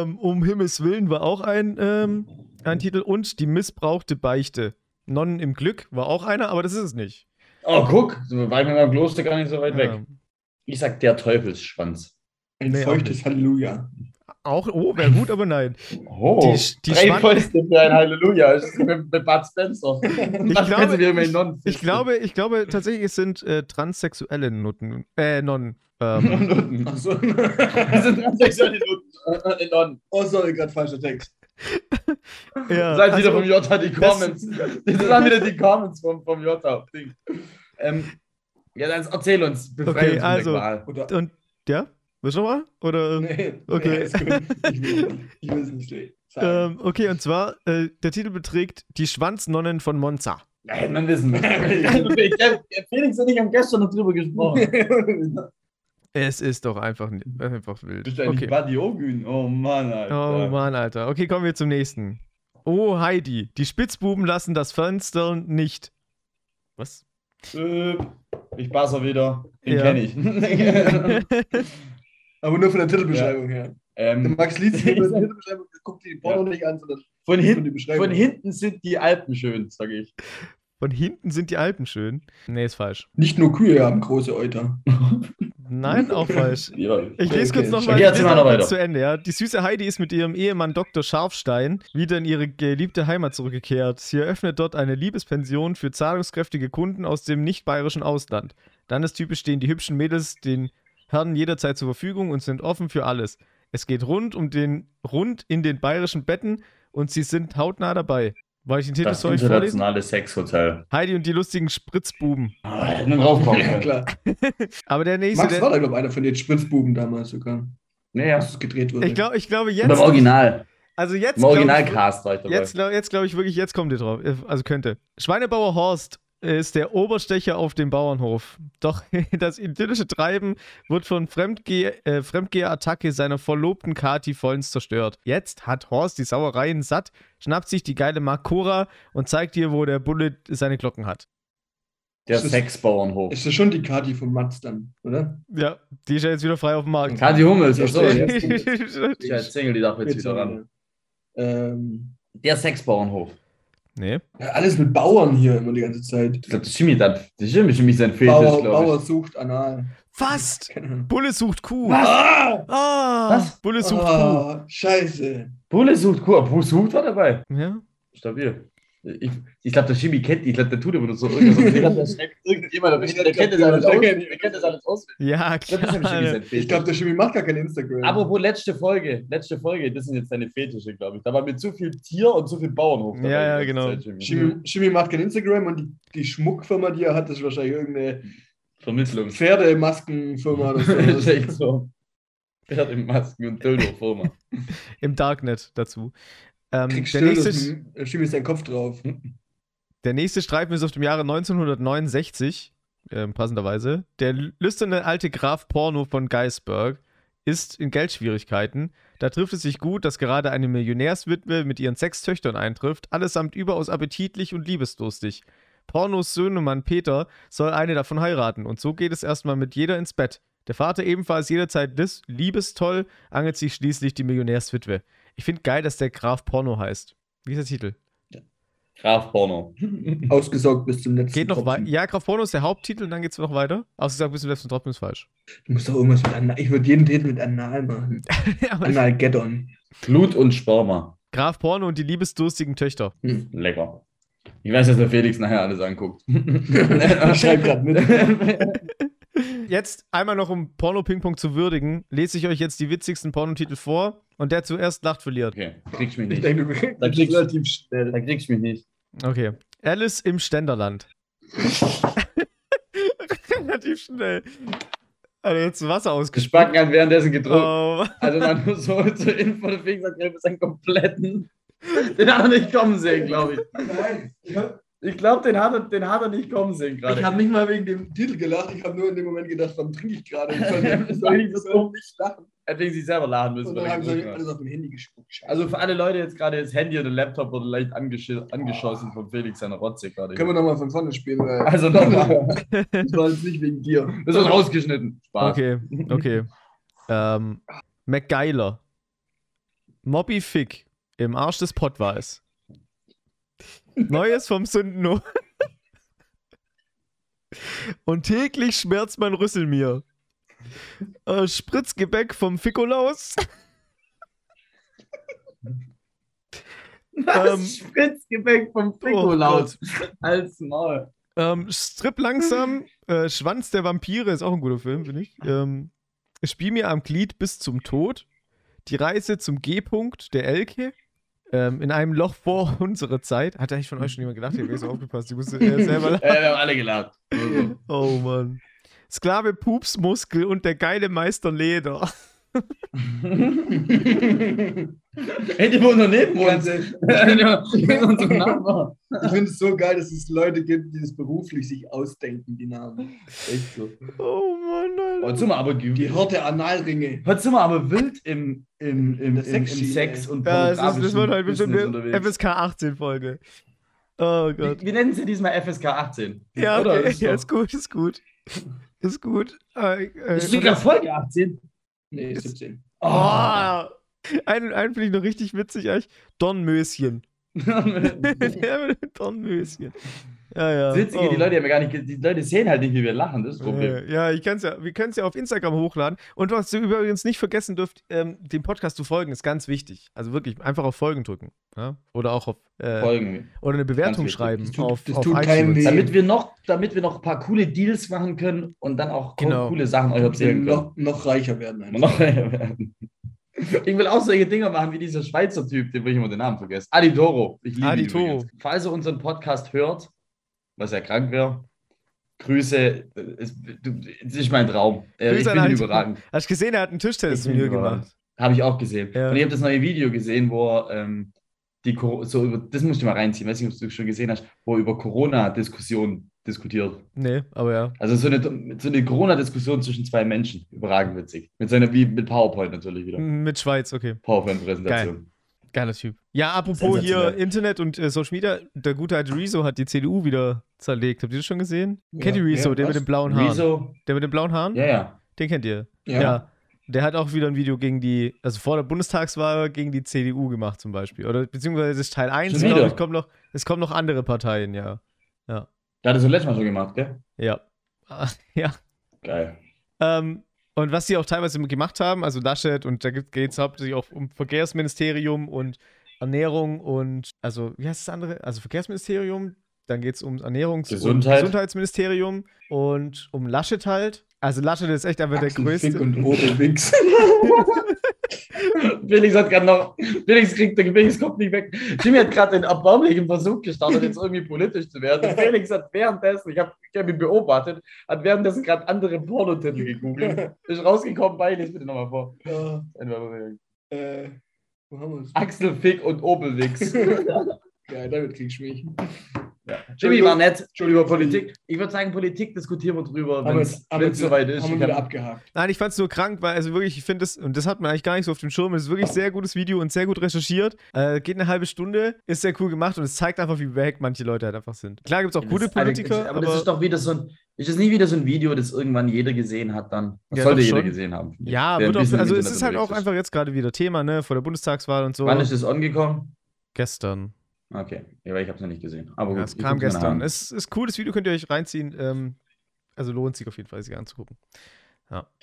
Speaker 1: Ähm, um Himmels Willen war auch ein, ähm, ein Titel. Und Die missbrauchte Beichte. Nonnen im Glück war auch einer, aber das ist es nicht.
Speaker 3: Oh, guck, so war ich mit meinem Kloster gar nicht so weit weg.
Speaker 1: Ähm,
Speaker 3: Ich sag der Teufelsschwanz.
Speaker 4: Ein
Speaker 1: Nee, auch
Speaker 4: feuchtes Halleluja.
Speaker 1: auch, oh, wäre gut, aber nein.
Speaker 3: Oh,
Speaker 1: Die- die
Speaker 3: drei
Speaker 1: Schwan-
Speaker 3: Fäuste für ein Halleluja. Das ist mit, mit Bud Spencer.
Speaker 1: Ich
Speaker 3: Bud Spencer
Speaker 1: glaube,
Speaker 3: wäre mein
Speaker 1: ich,
Speaker 3: Nonnen.
Speaker 1: ich
Speaker 3: *laughs*
Speaker 1: glaube, ich glaube tatsächlich, es sind äh, transsexuelle Nutten, äh, Nonnen. Ähm,
Speaker 3: *laughs* Und unten.
Speaker 4: Achso.
Speaker 3: Das sind transsexuelle Nonnen. Äh, Nonnen.
Speaker 4: oh, sorry, gerade falscher Text.
Speaker 1: ja,
Speaker 3: Das sind wieder
Speaker 1: also,
Speaker 3: vom Jota die
Speaker 1: das-
Speaker 3: Comments. Das sind wieder die Comments vom, vom Jota. Ding. Ähm, ja, dann erzähl uns. Befreie
Speaker 1: Okay,
Speaker 3: uns von der
Speaker 1: also-
Speaker 3: Qual.
Speaker 4: Oder.
Speaker 1: und ja, willst du noch mal? Oder? ähm,
Speaker 4: Nee,
Speaker 1: Okay.
Speaker 4: nee, ist gut. Ich will- Ich will es nicht sehen. Sorry.
Speaker 1: Ähm, okay, und zwar, äh, der Titel beträgt Die Schwanznonnen von Monza.
Speaker 3: Ja, hätte man
Speaker 1: *laughs*
Speaker 3: wissen müssen. Ich hab- Felix und ich haben gestern noch drüber gesprochen.
Speaker 1: Es ist doch einfach, einfach wild.
Speaker 3: Bist du eigentlich Buddy Ogün? Oh Mann, Alter.
Speaker 1: Oh Mann, Alter. Okay, kommen wir zum nächsten. Oh, Heidi. Die Spitzbuben lassen das Fenster nicht. Was?
Speaker 3: Äh, Ich buzzer wieder. Den
Speaker 1: Ja.
Speaker 3: kenne ich.
Speaker 4: Aber nur von der Titelbeschreibung her.
Speaker 3: *laughs*
Speaker 4: Der
Speaker 3: ähm,
Speaker 4: Max liest die Titelbeschreibung, der guckt die Porno nicht an, sondern
Speaker 3: von,
Speaker 4: liest nur die
Speaker 3: hin,
Speaker 4: Beschreibung.
Speaker 3: von hinten sind die Alpen schön, sage ich.
Speaker 1: Von hinten sind die Alpen schön. Nee, ist falsch.
Speaker 4: Nicht nur Kühe haben große Euter.
Speaker 1: Nein, auch falsch.
Speaker 3: Ja.
Speaker 1: Ich lese
Speaker 4: Okay,
Speaker 1: kurz noch
Speaker 4: okay.
Speaker 1: mal,
Speaker 3: Okay,
Speaker 1: ich
Speaker 3: erzähl
Speaker 1: lese
Speaker 3: mal
Speaker 1: noch mal
Speaker 3: weiter.
Speaker 1: zu Ende. Ja. Die süße Heidi ist mit ihrem Ehemann Dr. Scharfstein wieder in ihre geliebte Heimat zurückgekehrt. Sie eröffnet dort eine Liebespension für zahlungskräftige Kunden aus dem nicht-bayerischen Ausland. Landestypisch stehen die hübschen Mädels den Herren jederzeit zur Verfügung und sind offen für alles. Es geht rund um den rund in den bayerischen Betten und sie sind hautnah dabei. Wollte ich den Titel
Speaker 3: Das
Speaker 1: soll ich vorlesen?
Speaker 3: internationale Sexhotel.
Speaker 1: Heidi und die lustigen Spritzbuben.
Speaker 2: Ah, hätten wir
Speaker 3: *laughs*
Speaker 2: draufkommen
Speaker 4: Ja,
Speaker 2: können.
Speaker 4: klar.
Speaker 1: Aber der nächste,
Speaker 4: Max
Speaker 1: der,
Speaker 4: war da, glaube ich, einer von den Spritzbuben damals sogar,
Speaker 3: Naja.
Speaker 4: als es gedreht wurde.
Speaker 1: ich, glaub, ich glaube
Speaker 3: Und im
Speaker 1: jetzt,
Speaker 3: Original.
Speaker 1: also jetzt,
Speaker 3: Im
Speaker 1: glaub ich-
Speaker 3: Originalcast war ich dabei.
Speaker 1: Jetzt, glaub- jetzt glaube ich wirklich, jetzt kommt ihr drauf. Äh, Also könnte. Schweinebauer Horst ist der Oberstecher auf dem Bauernhof. Doch *laughs* das idyllische Treiben wird von Fremdge äh, Fremdgeherattacke seiner Verlobten Kati vollends zerstört. Jetzt hat Horst die Sauereien satt, schnappt sich die geile Makora und zeigt ihr, wo der Bullet seine Glocken hat.
Speaker 3: Der
Speaker 4: Ist es-
Speaker 3: Sexbauernhof.
Speaker 4: Ist das schon die Kati von Max dann, oder?
Speaker 1: Ja, die ist ja jetzt wieder frei auf dem Markt.
Speaker 3: Kati Hummels.
Speaker 4: Ja,
Speaker 3: Achso,
Speaker 4: stimmt.
Speaker 3: jetzt
Speaker 1: *laughs*
Speaker 3: ich als
Speaker 1: nee.
Speaker 3: Single, die darf jetzt wieder ran.
Speaker 4: Ähm,
Speaker 3: Der Sexbauernhof.
Speaker 4: ja, alles mit Bauern hier immer die ganze Zeit.
Speaker 3: Ich glaube, das ist Jimmy dann. Das ist Jimmy sein Fetisch,
Speaker 4: Bauer,
Speaker 3: glaube
Speaker 4: Bauer
Speaker 3: ich.
Speaker 4: sucht anal.
Speaker 1: Fast!
Speaker 4: Keine Ahnung.
Speaker 1: Bulle sucht Kuh.
Speaker 4: Ah!
Speaker 1: Ah!
Speaker 3: Was?
Speaker 1: Bulle sucht
Speaker 4: Ah, scheiße.
Speaker 3: Bulle sucht Kuh. Bulle sucht war dabei.
Speaker 1: Kuh. Ja?
Speaker 3: Stabil. Ich, ich glaube, der Jimmy kennt die. Ich glaube, der tut immer nur so irgendwas. Ich glaub, der schreibt irgendjemand. aber ich- Der kennt das alles aus. Der kennt das alles aus.
Speaker 1: Ja,
Speaker 3: Ich glaube, das ist nämlich Jimmy
Speaker 1: klar.
Speaker 3: sein
Speaker 4: Ich glaube,
Speaker 3: Fetisch.
Speaker 4: der Schimmi macht gar kein Instagram.
Speaker 3: Apropos letzte Folge. Letzte Folge. Das sind jetzt deine Fetische, glaube ich. Da war mit zu viel Tier und zu viel Bauernhof. dabei.
Speaker 1: Ja, ja,
Speaker 3: Das ist
Speaker 1: genau.
Speaker 3: der Jimmy.
Speaker 4: Schimmi, Schimmi macht kein Instagram und die, die Schmuckfirma, die er hat, ist wahrscheinlich irgendeine
Speaker 3: Vermittlung.
Speaker 4: Pferdemaskenfirma oder
Speaker 3: *laughs* Das ist
Speaker 4: so.
Speaker 3: echt so. Pferd in Masken und Dildo-Firma.
Speaker 1: Im Darknet dazu. Ähm,
Speaker 4: Kriegst
Speaker 1: der,
Speaker 4: du
Speaker 1: nächste,
Speaker 4: nächste... Schimmi ist dein Kopf drauf.
Speaker 1: der nächste Streifen ist auf dem Jahre 1969, ähm, passenderweise. Der lüsterne alte Graf Porno von Geisberg ist in Geldschwierigkeiten. Da trifft es sich gut, dass gerade eine Millionärswitwe mit ihren sechs Töchtern eintrifft, allesamt überaus appetitlich und liebesdurstig. Pornos Söhnemann Peter soll eine davon heiraten und so geht es erstmal mit jeder ins Bett. Der Vater ebenfalls jederzeit lis- liebestoll, angelt sich schließlich die Millionärswitwe. Ich finde geil, dass der Graf Porno heißt. Wie ist der Titel?
Speaker 3: Graf Porno.
Speaker 4: Ausgesaugt bis zum letzten
Speaker 1: Geht noch weiter.
Speaker 4: Tropfen.
Speaker 1: Ja, Graf Porno ist der Haupttitel und dann geht es noch weiter. Ausgesagt bis zum letzten Tropfen ist *laughs* falsch.
Speaker 4: Du musst doch irgendwas mit Anal... Ich würde jeden Titel mit Anal machen.
Speaker 1: Aber
Speaker 4: Analgeddon.
Speaker 3: Blut und Sperma.
Speaker 1: Graf Porno und die liebesdurstigen Töchter.
Speaker 4: Hm.
Speaker 3: Lecker. Ich weiß, dass der Felix nachher alles anguckt.
Speaker 4: Ich schreibe gerade mit.
Speaker 1: Jetzt einmal noch, um Porno-Ping-Pong zu würdigen, lese ich euch jetzt die witzigsten Pornotitel vor und der zuerst lacht verliert.
Speaker 3: Okay, kriegst mich
Speaker 4: Ich
Speaker 3: nicht.
Speaker 4: denke, du kriegst
Speaker 3: Da kriegst-
Speaker 4: relativ schnell.
Speaker 3: Da kriegst mich nicht.
Speaker 1: Okay. Alice im *laughs* Ständerland. Relativ schnell. Alter, jetzt Wasser
Speaker 3: Gespacken
Speaker 1: ausgespuckt.
Speaker 3: hat währenddessen gedruckt.
Speaker 1: Oh,
Speaker 3: Also man nur *laughs* so zur Info, der Felix hat gerade seinen kompletten. Den hat er nicht kommen sehen, glaube ich.
Speaker 4: Nein, ich habe
Speaker 3: Ich glaube, den, hat er- den hat er nicht kommen sehen gerade.
Speaker 4: hab nicht mal wegen dem Titel gelacht, ich habe nur in dem Moment gedacht, warum trinke ich gerade? Ich soll- soll ich das oben nicht lachen.
Speaker 3: Er hätte sich selber laden müssen.
Speaker 4: Und
Speaker 3: weil
Speaker 4: dann
Speaker 3: er
Speaker 4: haben
Speaker 3: gedruckt
Speaker 4: sie
Speaker 3: hat.
Speaker 4: alles auf mein Handy gespuckt. Scheiße.
Speaker 3: Also für alle Leute jetzt gerade, das Handy oder Laptop wurde leicht angesch- angeschossen von Felix seiner Rotze gerade.
Speaker 4: können wir nochmal von vorne spielen, weil
Speaker 3: *laughs* Also nochmal.
Speaker 4: das war jetzt nicht wegen dir.
Speaker 3: Das wird rausgeschnitten. Spaß.
Speaker 1: okay, okay. Ähm, MacGyler. Mobby Fick im Arsch des Pottwals. Neues vom Sündeno. *laughs* Und täglich schmerzt mein Rüssel mir. Äh, Spritzgebäck vom Ficolaus.
Speaker 3: *laughs* Das
Speaker 1: Ähm, oh
Speaker 3: Spritzgebäck vom
Speaker 1: Gott.
Speaker 3: Pikolaus als Maul.
Speaker 1: Ähm, Strip langsam, äh, Schwanz der Vampire ist auch ein guter Film, finde ich. Ähm, Spiel mir am Glied bis zum Tod. Die Reise zum G-Punkt der Elke. Ähm, in einem Loch vor *laughs* unserer Zeit. Hat eigentlich von euch schon jemand gedacht? Ich habe so aufgepasst. Ich musste äh, selber lachen.
Speaker 3: Äh, wir haben alle gelacht. Also,
Speaker 1: Oh Mann. Sklave Pupsmuskel und der geile Meister Leder. *laughs*
Speaker 3: Hätte wohl nur neben uns.
Speaker 4: Ganz ehrlich, *laughs*
Speaker 3: *laughs* In unserem Nachbarn.
Speaker 4: Ich finde es so geil, dass es Leute gibt, die das beruflich sich ausdenken, die Namen.
Speaker 3: Echt so.
Speaker 1: Oh Mann, Alter.
Speaker 3: Heute sind wir aber
Speaker 4: Die
Speaker 3: ge-
Speaker 4: Horte Analringe.
Speaker 3: Heute sind wir aber wild im, im, im, im, im
Speaker 4: Das Sexschiene,
Speaker 3: Sex
Speaker 4: ey.
Speaker 3: und
Speaker 1: Ja, es ist, das
Speaker 3: pornografischen
Speaker 1: wird halt bestimmt
Speaker 3: Business
Speaker 1: eine
Speaker 3: unterwegs.
Speaker 1: FSK 18 Folge. Oh
Speaker 3: Wie,
Speaker 1: Gott.
Speaker 3: wie nennen sie diesmal FSK 18?
Speaker 1: Ja,
Speaker 3: Oder?
Speaker 1: okay.
Speaker 3: Ist
Speaker 1: ja,
Speaker 3: doch-
Speaker 1: ist gut, ist gut. Ist gut. Äh, äh,
Speaker 3: Ist sogar Folge 18.
Speaker 4: Nee, 17.
Speaker 1: oh,
Speaker 3: *laughs* Ah.
Speaker 1: einen, einen finde ich noch richtig witzig, eigentlich. Dornmöschen.
Speaker 3: *laughs*
Speaker 1: Dornmöschen. Ja, ja.
Speaker 3: Das Witzige, die
Speaker 1: Oh.
Speaker 3: Leute haben ja gar nicht, ge- die Leute sehen halt nicht, wie wir lachen, das ist das Problem.
Speaker 1: Äh, Ja, ich kann's ja, wir können es ja auf Instagram hochladen. Und was ihr übrigens nicht vergessen dürft, ähm, dem Podcast zu folgen, ist ganz wichtig. Also wirklich, einfach auf Folgen drücken. Ja? Oder auch auf äh,
Speaker 3: Folgen.
Speaker 1: oder eine Bewertung
Speaker 3: wichtig.
Speaker 1: schreiben.
Speaker 4: Das tut-
Speaker 1: auf,
Speaker 4: das
Speaker 1: auf
Speaker 4: tut keinem
Speaker 1: iTunes.
Speaker 4: weh.
Speaker 3: Damit wir, noch, damit wir noch ein paar coole Deals machen können und dann auch co-
Speaker 1: Genau.
Speaker 3: coole Sachen euch erzählen können.
Speaker 4: Noch, noch reicher werden.
Speaker 3: Und
Speaker 4: einfach.
Speaker 3: noch mehr werden. Ich will auch solche Dinger machen wie dieser Schweizer Typ, den wo ich immer den Namen vergesse. Aditoro. Ich liebe ihn
Speaker 1: Aditoro.
Speaker 3: übrigens. Falls ihr unseren Podcast hört, was ja krank wäre, Grüße. äh, Es, du, es ist mein Traum. Äh,
Speaker 1: Grüße
Speaker 3: ich
Speaker 1: an
Speaker 3: bin
Speaker 1: Aditoro.
Speaker 3: überragend.
Speaker 1: Hast du gesehen, er hat einen Tischtennis
Speaker 3: Ich
Speaker 1: zu
Speaker 3: bin
Speaker 1: mir
Speaker 3: überrascht.
Speaker 1: gemacht.
Speaker 3: Habe ich auch gesehen.
Speaker 1: Ja.
Speaker 3: Und ich habe das neue Video gesehen, wo er, ähm, die Cor- so über, das musst du mal reinziehen, weiß nicht, ob du es schon gesehen hast, wo er über Corona-Diskussionen diskutiert.
Speaker 1: Nee, aber ja.
Speaker 3: Also so eine, so eine Corona-Diskussion zwischen zwei Menschen. Überragend witzig. Mit seiner wie mit PowerPoint natürlich wieder.
Speaker 1: M- Mit Schweiz, okay.
Speaker 3: PowerPoint-Präsentation.
Speaker 1: Geiler Typ. Ja, apropos hier
Speaker 3: Sensationell.
Speaker 1: Internet und äh, Social Media, der gute alte Rezo hat die CDU wieder zerlegt. Habt ihr das schon gesehen?
Speaker 4: Ja.
Speaker 1: Kennt ihr Rezo,
Speaker 4: Ja,
Speaker 1: der mit
Speaker 4: was?
Speaker 1: den blauen Haaren?
Speaker 3: Rezo,
Speaker 1: Der mit den blauen Haaren?
Speaker 3: ja, ja.
Speaker 1: Den kennt ihr. Ja. Der hat auch wieder ein Video gegen die, also vor der Bundestagswahl gegen die CDU gemacht zum Beispiel. Oder beziehungsweise das ist Teil 1,
Speaker 3: Schon
Speaker 1: glaube
Speaker 3: wieder?
Speaker 1: ich, kommt noch, es kommen noch andere Parteien, ja.
Speaker 3: Der hat das letztes Mal schon gemacht, gell?
Speaker 1: Ja. Ah, ja.
Speaker 3: Geil. *laughs*
Speaker 1: Ähm, und was die auch teilweise gemacht haben, also Laschet und da geht es hauptsächlich auch um Verkehrsministerium und Ernährung und, also, wie heißt das andere? Also Verkehrsministerium, dann geht es um Ernährungs-
Speaker 3: Gesundheit.
Speaker 1: und Gesundheitsministerium und um Laschet halt. Also Laschet ist echt einfach der
Speaker 4: Achsen,
Speaker 1: größte.
Speaker 4: Fick und Ohrwix.
Speaker 3: *laughs* Felix hat gerade noch. Felix kriegt der Felix kommt nicht weg. Jimmy hat gerade den erbärmlichen Versuch gestartet, jetzt irgendwie politisch zu werden. Und Felix hat währenddessen, ich habe ich hab ihn beobachtet, hat währenddessen gerade andere Pornotitel gegoogelt. Ist rausgekommen, bei, lese bitte nochmal vor.
Speaker 4: ja,
Speaker 3: Axel
Speaker 4: äh, wo haben wir es?
Speaker 3: Fick und Opelwix.
Speaker 4: Ja, damit kriegst du mich.
Speaker 3: Jimmy war nett.
Speaker 4: Entschuldigung.
Speaker 3: Über Politik. Ich würde sagen, Politik diskutieren wir drüber,
Speaker 4: Haben
Speaker 3: wenn
Speaker 4: wir
Speaker 3: es
Speaker 4: es- haben wir es-
Speaker 3: soweit ist.
Speaker 4: Haben wir
Speaker 3: Ich
Speaker 4: wieder
Speaker 3: hab-
Speaker 4: abgehakt.
Speaker 1: Nein, ich fand es nur krank, weil also wirklich, ich finde es, und das hat man eigentlich gar nicht so auf dem Schirm, es ist wirklich sehr gutes Video und sehr gut recherchiert. Äh, geht eine halbe Stunde, ist sehr cool gemacht und es zeigt einfach, wie weg manche Leute halt einfach sind. Klar gibt es auch
Speaker 3: Ja,
Speaker 1: gute
Speaker 3: das- aber-
Speaker 1: Politiker,
Speaker 3: aber,
Speaker 1: aber,
Speaker 3: das ist doch wieder so ein. Ist das nie wieder so ein Video, das irgendwann jeder gesehen hat dann? Das
Speaker 1: Ja,
Speaker 3: sollte
Speaker 1: doch
Speaker 3: jeder
Speaker 1: schon.
Speaker 3: gesehen haben.
Speaker 1: ja,
Speaker 3: Der ein
Speaker 1: wird auch,
Speaker 3: bisschen im
Speaker 1: also es
Speaker 3: Internet
Speaker 1: ist halt auch
Speaker 3: unterwegs
Speaker 1: einfach jetzt gerade wieder Thema, ne, vor der Bundestagswahl und so.
Speaker 3: Wann ist es angekommen?
Speaker 1: gestern.
Speaker 3: Okay, ja, weil ich habe es noch nicht gesehen. Aber gut,
Speaker 1: Ja, es
Speaker 3: Oh, ich
Speaker 1: kam
Speaker 3: guck's mir
Speaker 1: gestern.
Speaker 3: nachher an.
Speaker 1: Es ist cool, das Video könnt ihr euch reinziehen. Ähm, also lohnt sich auf jeden Fall, sich anzugucken.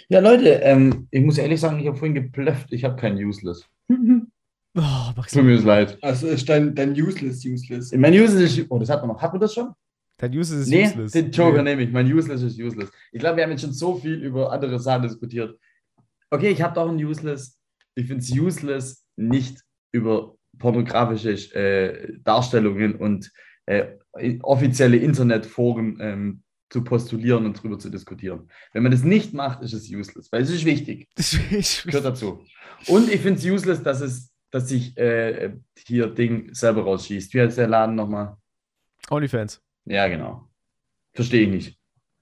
Speaker 3: Ja, Leute, ähm, ich muss ehrlich sagen, ich habe vorhin geblufft. Ich habe kein
Speaker 1: *laughs*
Speaker 3: Useless.
Speaker 1: Oh, mach's
Speaker 3: Tut mir das leid.
Speaker 4: Also ist dein, dein Useless, Useless.
Speaker 3: Mein Useless ist. Oh, das hat man noch. Hat man das schon?
Speaker 1: Dein Uses ist
Speaker 3: nee,
Speaker 1: useless.
Speaker 3: den Joker
Speaker 1: Nee.
Speaker 3: nehme ich. Mein Useless ist useless. Ich glaube, wir haben jetzt schon so viel über andere Sachen diskutiert. Okay, ich habe doch ein Useless. Ich finde es useless, nicht über pornografische äh, Darstellungen und äh, offizielle Internetforen ähm, zu postulieren und drüber zu diskutieren. Wenn man das nicht macht, ist es useless, weil es ist wichtig.
Speaker 1: *laughs* Das ist-
Speaker 3: Gehört dazu. Und ich finde es useless, dass es, dass sich äh, hier Ding selber rausschießt. Wie heißt der Laden nochmal?
Speaker 1: Onlyfans.
Speaker 3: Ja, genau. Verstehe ich nicht.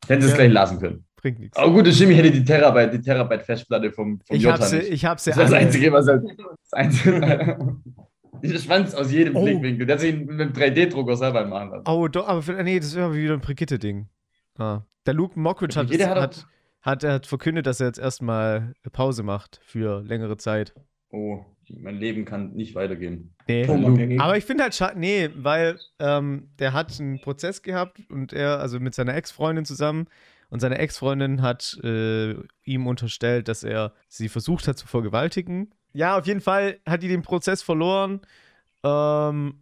Speaker 3: Hätten sie es
Speaker 1: Ja.
Speaker 3: gleich lassen können.
Speaker 1: Bringt nichts.
Speaker 3: Aber gut, der Jimmy hätte die Terabyte, die Terabyte-Festplatte vom, vom
Speaker 1: Ich
Speaker 3: Jota
Speaker 1: hab's,
Speaker 3: nicht.
Speaker 1: ich hab's ja
Speaker 3: Das ist das
Speaker 1: alle.
Speaker 3: Einzige, was er. Das Einzige. *laughs* Dieser Schwanz aus jedem
Speaker 1: Oh.
Speaker 3: Blickwinkel. Der hat sich mit einem 3D-Drucker selber machen lassen.
Speaker 1: Oh, doch, aber für- nee, das wäre wieder ein Brigitte-Ding. Ah. Der Luke Mockridge hat,
Speaker 3: Jeder
Speaker 1: hat,
Speaker 3: doch-
Speaker 1: hat, hat, er hat verkündet, dass er jetzt erstmal Pause macht für längere Zeit.
Speaker 3: Oh, mein Leben kann nicht weitergehen.
Speaker 1: Nee.
Speaker 4: Drogenabhängig.
Speaker 1: Aber ich finde halt schade, nee, weil ähm, der hat einen Prozess gehabt und er, also mit seiner Ex-Freundin zusammen, und seine Ex-Freundin hat äh, ihm unterstellt, dass er sie versucht hat zu vergewaltigen. Ja, auf jeden Fall hat die den Prozess verloren, ähm,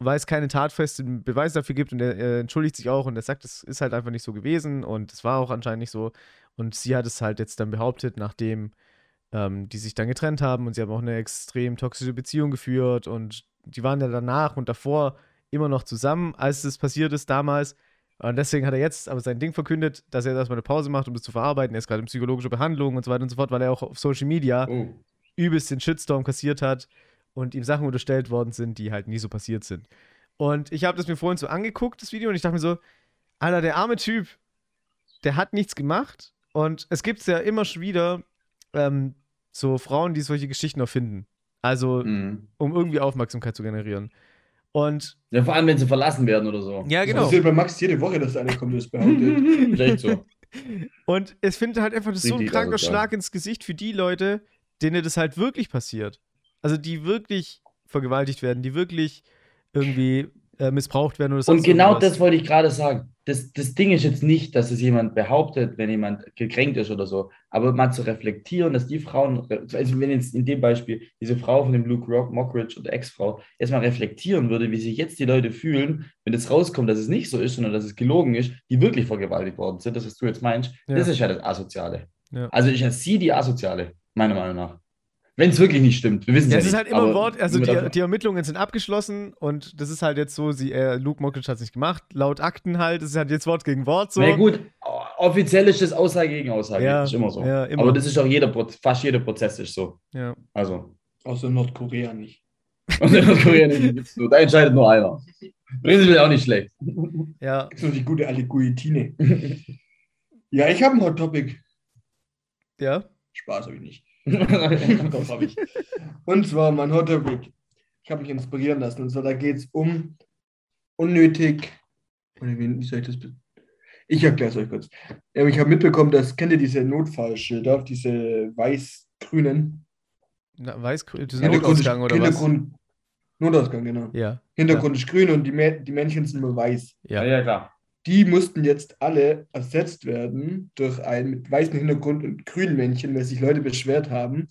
Speaker 1: weil es keine tatfesten Beweise dafür gibt und er, er entschuldigt sich auch und er sagt, es ist halt einfach nicht so gewesen und es war auch anscheinend nicht so. Und sie hat es halt jetzt dann behauptet, nachdem ähm, die sich dann getrennt haben und sie haben auch eine extrem toxische Beziehung geführt und die waren ja danach und davor immer noch zusammen, als das passiert ist damals. Und deswegen hat er jetzt aber sein Ding verkündet, dass er jetzt erstmal eine Pause macht, um das zu verarbeiten. Er ist gerade in psychologischer Behandlung und so weiter und so fort, weil er auch auf Social Media
Speaker 3: Oh.
Speaker 1: übelst den Shitstorm kassiert hat und ihm Sachen unterstellt worden sind, die halt nie so passiert sind. Und ich habe das mir vorhin so angeguckt, das Video, und ich dachte mir so, Alter, der arme Typ, der hat nichts gemacht. Und es gibt ja immer schon wieder ähm, so Frauen, die solche Geschichten erfinden. Also,
Speaker 3: Mhm.
Speaker 1: um irgendwie Aufmerksamkeit zu generieren. Und
Speaker 3: Ja, vor allem, wenn sie verlassen werden oder so. äh,
Speaker 1: ja, genau.
Speaker 4: Das ist ja bei Max jede Woche, dass einer kommt
Speaker 3: *laughs*
Speaker 4: und das behauptet.
Speaker 1: *laughs*
Speaker 3: Vielleicht so.
Speaker 1: Und es findet halt einfach das ist so ein
Speaker 3: Richtig
Speaker 1: kranker
Speaker 3: asozial.
Speaker 1: Schlag ins Gesicht für die Leute, denen das halt wirklich passiert. Also die wirklich vergewaltigt werden, die wirklich irgendwie äh, missbraucht werden oder
Speaker 3: Und
Speaker 1: sonst
Speaker 3: genau
Speaker 1: irgendwas.
Speaker 3: das wollte ich gerade sagen. Das, das Ding ist jetzt nicht, dass es jemand behauptet, wenn jemand gekränkt ist oder so, aber mal zu reflektieren, dass die Frauen, also wenn jetzt in dem Beispiel diese Frau von dem Luke Rock, Mockridge und Ex-Frau erstmal reflektieren würde, wie sich jetzt die Leute fühlen, wenn es rauskommt, dass es nicht so ist, sondern dass es gelogen ist, die wirklich vergewaltigt worden sind, das, was du jetzt meinst,
Speaker 1: Ja.
Speaker 3: das ist ja das Asoziale.
Speaker 1: Ja.
Speaker 3: Also ist ja sie die Asoziale, meiner Meinung nach. Wenn es wirklich nicht stimmt, wir wissen
Speaker 1: Ja,
Speaker 3: ja
Speaker 1: es ist
Speaker 3: nicht,
Speaker 1: halt immer
Speaker 3: aber
Speaker 1: ein Wort, also
Speaker 3: nur
Speaker 1: die,
Speaker 3: davon-
Speaker 1: die Ermittlungen sind abgeschlossen und das ist halt jetzt so, sie, äh, Luke Mockridge hat es nicht gemacht, laut Akten halt, es ist halt jetzt Wort gegen Wort so.
Speaker 3: Na ja, gut, offiziell ist das Aussage gegen Aussage.
Speaker 1: Ja,
Speaker 3: das ist immer so.
Speaker 1: ja, immer.
Speaker 3: Aber das ist auch jeder Prozess, fast jeder Prozess ist so.
Speaker 1: Ja.
Speaker 3: Also. *laughs*
Speaker 4: Außer Nordkorea nicht.
Speaker 3: Und in Nordkorea nicht, die gibt's nur. Da entscheidet nur einer. Prinzipiell auch nicht schlecht.
Speaker 1: ja.
Speaker 4: So die gute
Speaker 1: *laughs*
Speaker 4: alte Guillotine. ja, ich habe ein Hot Topic.
Speaker 1: Ja.
Speaker 4: Spaß habe ich nicht.
Speaker 3: Ach
Speaker 4: Doch, habe ich. Und zwar mein Hot Topic. Ich habe mich inspirieren lassen. Und zwar, da geht es um unnötig. Oder wie, wie soll ich das? be- Ich erkläre es euch kurz. Ähm, Ich habe mitbekommen, dass, kennt ihr diese Notfallschilder, diese weiß-grünen?
Speaker 1: Na, weiß, das ist ein
Speaker 4: Hintergrund ist-
Speaker 1: Notausgang oder was?
Speaker 4: Hintergrund, Notausgang, genau.
Speaker 1: Ja.
Speaker 4: Hintergrund ist grün und die, Mä- die Männchen sind nur weiß.
Speaker 1: Ja.
Speaker 3: ja, klar.
Speaker 4: Die mussten jetzt alle ersetzt werden durch einen mit weißem Hintergrund und grünen Männchen, weil sich Leute beschwert haben,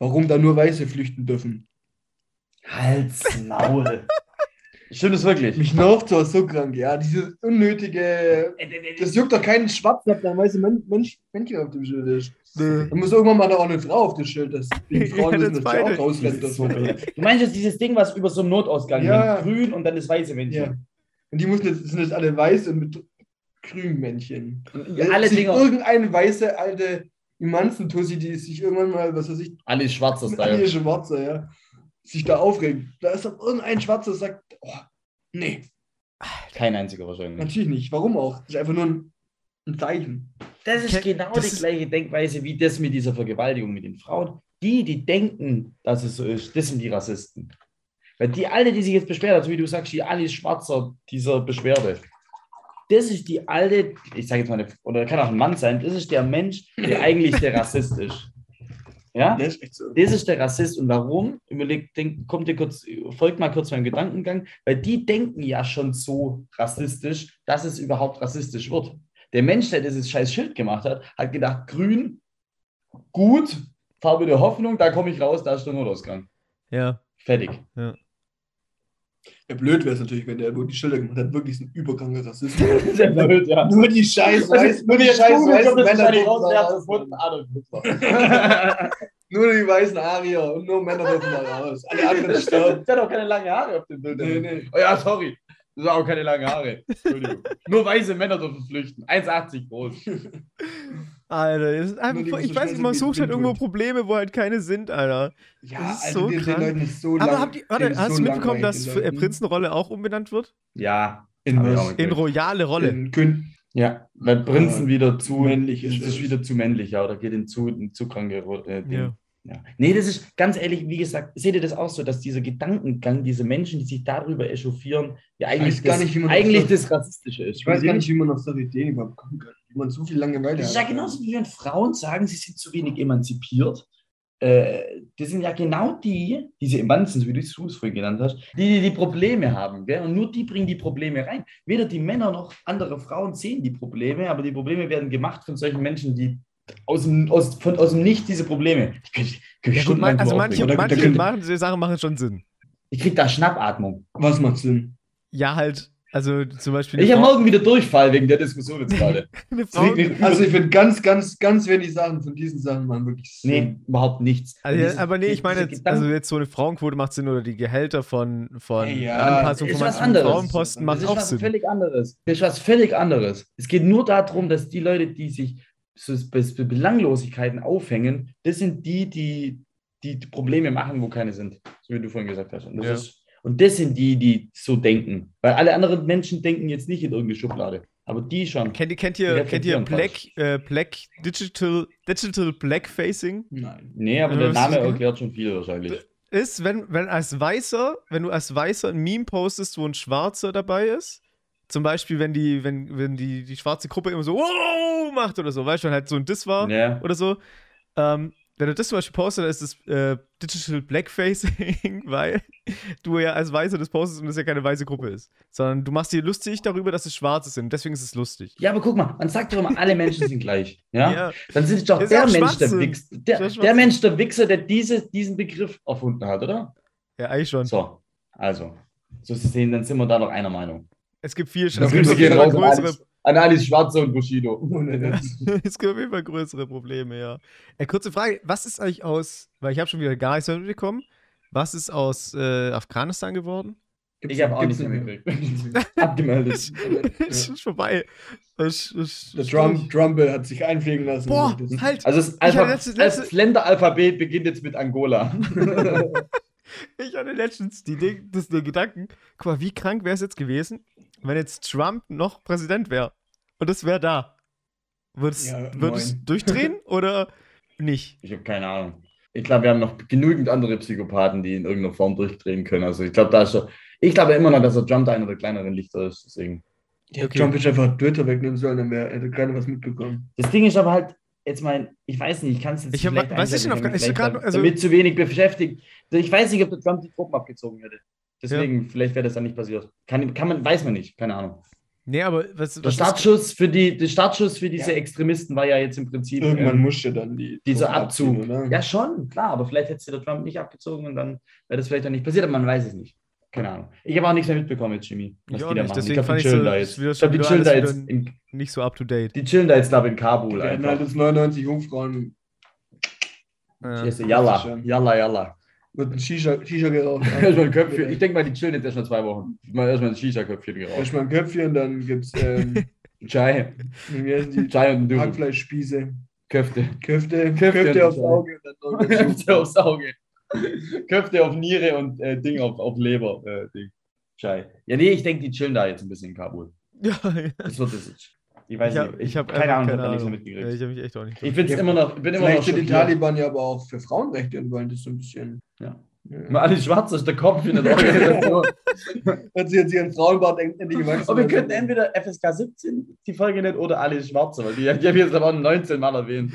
Speaker 4: warum da nur Weiße flüchten dürfen.
Speaker 3: Hals, Maul. Stimmt es wirklich?
Speaker 4: Mich nervt sowas so krank, ja. Dieses unnötige. Das juckt doch keinen Schwarz, dass da ein weißes Men- Mensch, Männchen auf dem Schild ist. Da muss irgendwann mal da auch nicht drauf, das Schild, dass die
Speaker 1: Ja,
Speaker 4: Frauen wissen,
Speaker 1: das
Speaker 4: dass die
Speaker 1: beide.
Speaker 4: auch rausrennen dürfen.
Speaker 3: Du meinst jetzt dieses Ding, was über so einem Notausgang
Speaker 4: Ja.
Speaker 3: hängt? grün und dann das weiße
Speaker 4: Ja.
Speaker 3: Männchen.
Speaker 4: Und die müssen jetzt, sind jetzt alle weiß und mit grünem Männchen.
Speaker 3: Und Alle
Speaker 4: Sich
Speaker 3: Dinger.
Speaker 4: Irgendeine weiße alte Imanzentussi, die sich irgendwann mal, was weiß ich,
Speaker 3: Alles schwarzer
Speaker 4: alle
Speaker 3: Style.
Speaker 4: Schwarze, ja, sich da aufregen. Da ist doch irgendein Schwarzer, der sagt, oh, nee,
Speaker 3: Kein einziger wahrscheinlich.
Speaker 4: natürlich nicht. Warum auch? Das ist einfach nur ein, ein Zeichen.
Speaker 3: Das ist
Speaker 1: Ke-
Speaker 3: genau
Speaker 1: das
Speaker 3: die
Speaker 1: ist-
Speaker 3: gleiche Denkweise wie das mit dieser Vergewaltigung mit den Frauen. Die, die denken, dass es so ist, das sind die Rassisten. Weil die alle, die sich jetzt beschwert hat, so wie du sagst, die Alice Schwarzer dieser Beschwerde, das ist die alte, ich sage jetzt mal, eine, oder kann auch ein Mann sein, das ist der Mensch,
Speaker 1: *laughs*
Speaker 3: der eigentlich der Rassist ist. Ja?
Speaker 4: Das ist echt so.
Speaker 3: Das ist der Rassist. Und warum? Überlegt, denk, kommt ihr kurz, folgt mal kurz meinem Gedankengang, weil die denken ja schon so rassistisch, dass es überhaupt rassistisch wird. Der Mensch, der dieses scheiß Schild gemacht hat, hat gedacht, grün, gut, Farbe der Hoffnung, da komme ich raus, da ist der Notausgang.
Speaker 1: Ja.
Speaker 4: *laughs*
Speaker 3: Fertig.
Speaker 4: Ja, blöd wäre es natürlich, wenn der, wo die Schilder gemacht hat, wirklich so ein überkranker
Speaker 1: *laughs*
Speaker 4: Rassist.
Speaker 3: Das ist ja blöd, ja. Also,
Speaker 4: nur die scheiß
Speaker 1: Also,
Speaker 4: weiß, nur die scheiß weißen Männer dürfen da raus. *laughs*
Speaker 3: Der
Speaker 4: Nur die weißen Arier und nur Männer dürfen da raus. Alle anderen sterben.
Speaker 3: hat auch keine langen Haare auf dem Bild.
Speaker 4: Nee, nee.
Speaker 3: Oh ja, sorry. Das sind auch keine langen Haare.
Speaker 4: *laughs*
Speaker 3: Entschuldigung. Nur weiße Männer dürfen flüchten. 1,80 groß.
Speaker 1: Alter, das ist
Speaker 4: Nur die
Speaker 1: einfach, ich
Speaker 4: müssen
Speaker 1: weiß nicht, man
Speaker 4: schmeißen wie
Speaker 1: sucht halt
Speaker 4: Windhund.
Speaker 1: irgendwo Probleme, wo halt keine sind, Alter.
Speaker 4: Ja,
Speaker 1: Das ist
Speaker 4: also
Speaker 1: so
Speaker 4: den, den
Speaker 1: krank.
Speaker 4: Leuten ist so
Speaker 1: Aber
Speaker 4: lang-
Speaker 1: habt ihr,
Speaker 4: denen
Speaker 1: warte,
Speaker 4: ist
Speaker 1: hast
Speaker 4: so
Speaker 1: du mitbekommen,
Speaker 4: langweilig,
Speaker 1: dass
Speaker 4: den
Speaker 1: äh,
Speaker 4: Leuten.
Speaker 1: Prinzenrolle auch umbenannt wird?
Speaker 3: Ja.
Speaker 4: In
Speaker 3: Hab ich
Speaker 4: was?
Speaker 3: auch
Speaker 1: In
Speaker 3: gekriegt.
Speaker 1: royale Rolle.
Speaker 4: in Kün
Speaker 3: Ja, weil Prinzen
Speaker 4: Ja.
Speaker 3: wieder zu
Speaker 4: Männlich ist
Speaker 3: ist.
Speaker 4: es.
Speaker 3: ist wieder zu männlich, ja, oder geht in zu, in zu kranke äh, Dinge.
Speaker 1: Ja.
Speaker 3: Ja. Nee, das ist ganz ehrlich, wie gesagt, seht ihr das auch so, dass dieser Gedankengang, diese Menschen, die sich darüber echauffieren, ja eigentlich,
Speaker 4: Weiß gar
Speaker 3: das,
Speaker 4: nicht, wie man das
Speaker 3: eigentlich
Speaker 4: macht.
Speaker 3: das Rassistische ist.
Speaker 4: Ich weiß gar nicht, wie man auf solche Ideen überhaupt kommen kann. Wie man so viel Langeweile
Speaker 3: Das ist ja genauso wie wenn Frauen sagen, sie sind zu wenig emanzipiert. Äh, das sind ja genau die, diese Emanzen, so wie du es vorhin genannt hast, die, die die Probleme haben. Gell? Und nur die bringen die Probleme rein. Weder die Männer noch andere Frauen sehen die Probleme, aber die Probleme werden gemacht von solchen Menschen, die aus dem, aus, von, aus dem Nicht diese Probleme. Ich krieg, krieg
Speaker 1: Ja, gut, man,
Speaker 3: stundenlang
Speaker 1: also
Speaker 3: drüber
Speaker 1: manche,
Speaker 3: aufregen.
Speaker 4: Oder-
Speaker 1: manche,
Speaker 4: oder-
Speaker 1: manche Sachen machen schon Sinn.
Speaker 3: ich krieg da Schnappatmung.
Speaker 4: Was macht Sinn?
Speaker 1: Ja, halt, also zum Beispiel.
Speaker 3: Ich
Speaker 1: eine
Speaker 3: habe
Speaker 1: Frau-
Speaker 3: morgen wieder Durchfall wegen der Diskussion
Speaker 1: *laughs*
Speaker 3: jetzt gerade.
Speaker 1: eine
Speaker 4: Das liegt
Speaker 1: Frau,
Speaker 4: nicht- Also ich finde ganz, ganz, ganz wenig Sachen von diesen Sachen machen wirklich
Speaker 3: nee,
Speaker 4: Sinn.
Speaker 3: überhaupt nichts.
Speaker 1: also,
Speaker 3: Diese-
Speaker 1: ja, aber nee, ich meine,
Speaker 3: diese
Speaker 1: jetzt, also jetzt so eine Frauenquote macht Sinn oder die Gehälter von, von
Speaker 4: Ey, ja,
Speaker 1: Anpassung
Speaker 3: ist
Speaker 1: von
Speaker 3: was
Speaker 1: manchen
Speaker 3: anderes.
Speaker 1: Frauenposten
Speaker 3: Das
Speaker 1: macht
Speaker 3: ist
Speaker 1: auch
Speaker 3: was
Speaker 1: Sinn.
Speaker 3: völlig anderes. Das ist was völlig anderes. Es geht nur darum, dass die Leute, die sich so bei bei Belanglosigkeiten aufhängen, das sind die, die die Probleme machen, wo keine sind. So wie du vorhin gesagt hast. Und das,
Speaker 1: Ja.
Speaker 3: ist, und das sind die, die so denken. Weil alle anderen Menschen denken jetzt nicht in irgendeine Schublade. Aber die schon.
Speaker 1: Kennt, ihr- kennt ihr,
Speaker 3: Die
Speaker 1: kennt ihr
Speaker 3: reflektieren
Speaker 1: Black, äh, Black Digital, Digital Black Facing?
Speaker 4: Nein.
Speaker 3: Nee, aber
Speaker 1: Ja,
Speaker 3: der
Speaker 1: was
Speaker 3: Name
Speaker 1: ist das?
Speaker 3: erklärt schon viel wahrscheinlich.
Speaker 1: ist, wenn, wenn als Weißer, wenn du als Weißer ein Meme postest, wo ein Schwarzer dabei ist, zum Beispiel, wenn die, wenn, wenn die, die schwarze Gruppe immer so wow macht oder so, weißt du, wenn halt so ein Diss war
Speaker 3: Ja.
Speaker 1: oder so, ähm, wenn du das zum Beispiel postest, dann ist das äh, Digital Blackfacing, *laughs* weil du ja als Weißer das postest und das ja keine weiße Gruppe ist. Sondern du machst dir lustig darüber, dass es Schwarze sind. Deswegen ist es lustig.
Speaker 3: ja, aber guck mal, man sagt doch immer, alle Menschen sind gleich. Ja?
Speaker 1: Ja.
Speaker 3: Dann sind es doch
Speaker 1: Ist
Speaker 3: der
Speaker 1: auch
Speaker 3: Mensch, der,
Speaker 1: Schwachsinn.
Speaker 3: Wichs,
Speaker 1: Ist auch
Speaker 3: der, der
Speaker 1: Schwachsinn.
Speaker 3: Mensch, der Wichser, der diese, diesen Begriff erfunden hat, oder?
Speaker 1: Ja, eigentlich schon.
Speaker 3: So, also, so zu sehen, dann sind wir da noch einer Meinung.
Speaker 1: Es gibt viel
Speaker 3: Das
Speaker 1: es gibt
Speaker 3: Grüße
Speaker 1: auf
Speaker 3: gehen
Speaker 1: jeden Fall
Speaker 3: raus an
Speaker 1: größere,
Speaker 3: Alice, an Alice Schwarzer und Bushido.
Speaker 1: *laughs* es gibt auf jeden Fall größere Probleme, ja. Äh, kurze Frage, was ist eigentlich aus, weil ich habe schon wieder gar nichts mitbekommen, was ist aus äh, Afghanistan geworden?
Speaker 3: *laughs*
Speaker 1: *laughs*
Speaker 3: Ich habe auch nichts mehr *laughs*
Speaker 4: mitgekriegt.
Speaker 3: Abgemeldet.
Speaker 1: ist schon vorbei. Ist- ist-
Speaker 4: *laughs* Der
Speaker 1: ist
Speaker 4: Drum,
Speaker 1: durch.
Speaker 4: Drumble hat sich einfliegen lassen.
Speaker 1: Boah,
Speaker 4: Das-
Speaker 1: halt,
Speaker 3: Also das,
Speaker 1: hatte
Speaker 3: Alphab
Speaker 1: letzte- letzte-
Speaker 3: das Länderalphabet beginnt jetzt mit Angola. *laughs*
Speaker 1: ich hatte letztens die, Ding- das, den Gedanken, guck mal, wie krank wäre es jetzt gewesen, wenn jetzt Trump noch Präsident wäre und es wäre da. Würdest
Speaker 4: Ja,
Speaker 1: würdest
Speaker 4: moin. *laughs*
Speaker 1: durchdrehen oder nicht?
Speaker 3: Ich habe keine Ahnung. Ich glaube, wir haben noch genügend andere Psychopathen, die in irgendeiner Form durchdrehen können. Also ich glaube, da ist so. Ich glaube immer noch, dass der Jump da einer der kleineren Lichter ist. Deswegen.
Speaker 4: Ja,
Speaker 1: Okay.
Speaker 4: Trump hätte einfach Twitter wegnehmen sollen, dann wäre, hätte keiner was mitbekommen.
Speaker 3: Das Ding ist aber halt, jetzt mein, ich weiß nicht, ich kann es jetzt
Speaker 1: Ich
Speaker 3: nicht
Speaker 1: hab-
Speaker 3: schlecht
Speaker 1: was ist denn
Speaker 3: einschätzen,
Speaker 1: auf- ist
Speaker 3: vielleicht
Speaker 1: grad-
Speaker 3: damit-
Speaker 1: also-
Speaker 3: damit zu wenig beschäftigt. Ich weiß nicht, ob der Trump die Truppen abgezogen hätte. Deswegen, vielleicht wäre das dann nicht passiert. Kann, kann man, weiß man nicht, keine Ahnung.
Speaker 1: Nee, aber was,
Speaker 3: Der
Speaker 1: was ist
Speaker 3: Startschuss für die, der Startschuss für diese
Speaker 4: Ja.
Speaker 3: Extremisten war ja jetzt im Prinzip
Speaker 4: Irgendwann
Speaker 3: ähm,
Speaker 4: musste dann die
Speaker 3: dieser
Speaker 4: Truppen
Speaker 3: Abzug.
Speaker 4: abziehen, oder?
Speaker 3: Ja, schon, klar, aber vielleicht hätte der Trump nicht abgezogen und dann wäre das vielleicht auch nicht passiert, aber man weiß es nicht. Keine Ahnung. Ich habe auch nichts mehr mitbekommen jetzt, Jimmy.
Speaker 1: Ich
Speaker 3: Was
Speaker 1: auch
Speaker 3: die da
Speaker 1: nicht,
Speaker 3: machen.
Speaker 1: deswegen
Speaker 3: ich glaube,
Speaker 1: fand
Speaker 3: die
Speaker 1: ich so-
Speaker 3: chillen da
Speaker 1: das
Speaker 3: jetzt.
Speaker 1: ist wieder
Speaker 3: Ich glaube, die
Speaker 1: schon
Speaker 3: chillen
Speaker 1: wieder
Speaker 3: da
Speaker 1: alles
Speaker 3: jetzt
Speaker 1: wieder
Speaker 3: in,
Speaker 1: nicht so up to date?
Speaker 3: die chillen da jetzt, glaube ich, in
Speaker 4: Die
Speaker 3: Kabul
Speaker 4: hatten
Speaker 3: einfach.
Speaker 4: halt jetzt 99 Jungfrauen
Speaker 1: Ja.
Speaker 3: Yes, Yalla,
Speaker 4: Dankeschön.
Speaker 3: yalla, yalla.
Speaker 4: mit einem Shisha, Shisha
Speaker 3: *laughs*
Speaker 4: geraucht.
Speaker 3: Erstmal ein Köpfchen. Ich denke mal, die chillen jetzt erstmal zwei Wochen. Mal erstmal ein Shisha-Köpfchen geraucht.
Speaker 4: Erstmal ein Köpfchen, dann gibt es
Speaker 3: *laughs*
Speaker 4: ähm,
Speaker 3: Chai.
Speaker 4: wie heißen die?
Speaker 3: Chai und ein Dürüm.
Speaker 4: Hackfleischspieße,
Speaker 1: *laughs*
Speaker 3: Köfte.
Speaker 4: Köfte,
Speaker 3: Köfte
Speaker 4: Köfte
Speaker 3: und
Speaker 4: aufs
Speaker 3: so.
Speaker 4: Auge und dann noch eine
Speaker 3: Köfte
Speaker 4: Suppe.
Speaker 3: aufs Auge. Köfte auf Niere und äh, Ding auf, auf Leber. Äh, Ding. Chai. Ja, nee, ich denke, die chillen da jetzt ein bisschen in Kabul.
Speaker 1: Ja, *laughs* ja.
Speaker 3: Das wird es. jetzt. Ich weiß
Speaker 1: Ich habe
Speaker 3: nicht. Ich,
Speaker 1: hab
Speaker 3: habe
Speaker 1: einfach
Speaker 3: keine Ahnung,
Speaker 1: keine
Speaker 3: ich habe nichts
Speaker 1: Ahnung.
Speaker 3: mehr
Speaker 1: Ja,
Speaker 3: mitgekriegt.
Speaker 1: ich habe mich echt auch nicht.
Speaker 3: Ich bin's immer noch, bin immer noch
Speaker 4: Vielleicht sind die
Speaker 3: schockiert.
Speaker 4: Taliban ja aber auch für Frauenrechte und wollen das so ein bisschen.
Speaker 3: Ja.
Speaker 4: Ja.
Speaker 3: Mal alles schwarz ist der Kopf in der Organisation.
Speaker 4: Hat sie jetzt ihren Frauenbart endlich gewachsen?
Speaker 3: Aber wir könnten entweder FSK 17 die Folge nicht oder Alice Schwarzer, weil die, die haben jetzt aber auch 19
Speaker 1: *laughs*
Speaker 3: Mal erwähnt.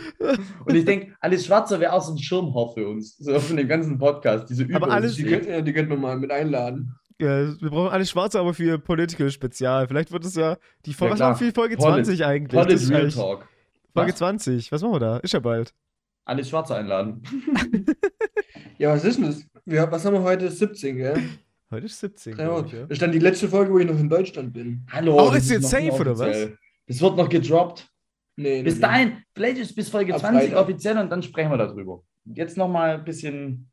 Speaker 3: Und ich denke, Alice Schwarzer wäre auch so ein Schirmhoff für uns, so für den ganzen Podcast, diese über
Speaker 1: Aber alles-
Speaker 4: Die könnten ja, die könnten wir mal mit einladen.
Speaker 1: Ja, Äh, wir brauchen alle Schwarze, aber für Political Spezial. Vielleicht wird es ja die
Speaker 3: Ja,
Speaker 1: Folge. was
Speaker 3: klar.
Speaker 1: machen wir für Folge
Speaker 3: Polit-
Speaker 1: 20 eigentlich?
Speaker 3: Pod
Speaker 1: Das
Speaker 3: is
Speaker 1: ist
Speaker 3: Real
Speaker 1: eigentlich-
Speaker 3: Talk.
Speaker 1: Folge
Speaker 3: Was?
Speaker 1: 20. Was machen wir da? Ist ja bald.
Speaker 3: Alice Schwarzer einladen.
Speaker 4: Ja, was ist denn das? Wir, was haben wir heute? 17, gell?
Speaker 3: *laughs*
Speaker 1: Heute ist 17.
Speaker 4: Drei
Speaker 1: glaub ich,
Speaker 4: Wochen.
Speaker 1: ja.
Speaker 4: Das ist dann die letzte Folge, wo ich noch in Deutschland bin.
Speaker 3: Hallo.
Speaker 1: Oh,
Speaker 3: das
Speaker 1: ist jetzt
Speaker 3: noch
Speaker 1: safe, oder
Speaker 3: inoffiziell. Das wird noch gedroppt.
Speaker 4: Nee,
Speaker 3: Bis
Speaker 4: nee,
Speaker 3: dahin, vielleicht ist bis Folge
Speaker 4: Ab
Speaker 3: 20
Speaker 4: Freitag.
Speaker 3: offiziell und dann sprechen wir darüber. Jetzt nochmal ein bisschen.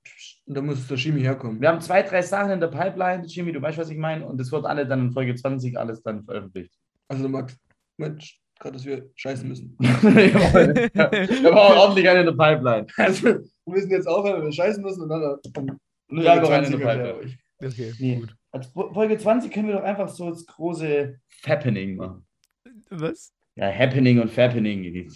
Speaker 4: nee. Da muss der Schimi herkommen.
Speaker 3: Wir haben zwei, drei Sachen in der Pipeline, Jimmy, du weißt, was ich meine, und es wird alle dann in Folge 20 alles dann veröffentlicht.
Speaker 4: Also, Max, Mensch, gerade, dass wir scheißen müssen.
Speaker 3: Jawohl. Ja. Wir brauchen ordentlich einen in der Pipeline.
Speaker 4: Also, wir müssen jetzt aufhören, wenn wir scheißen müssen und dann.
Speaker 3: Ja, noch eine in der
Speaker 4: 20er wieder.
Speaker 3: Pipeline.
Speaker 1: Okay,
Speaker 3: Nee.
Speaker 1: gut.
Speaker 3: Als Fo- Folge 20 können wir doch einfach so das große Fappening machen.
Speaker 1: Was?
Speaker 3: Ja, Happening und Fappening.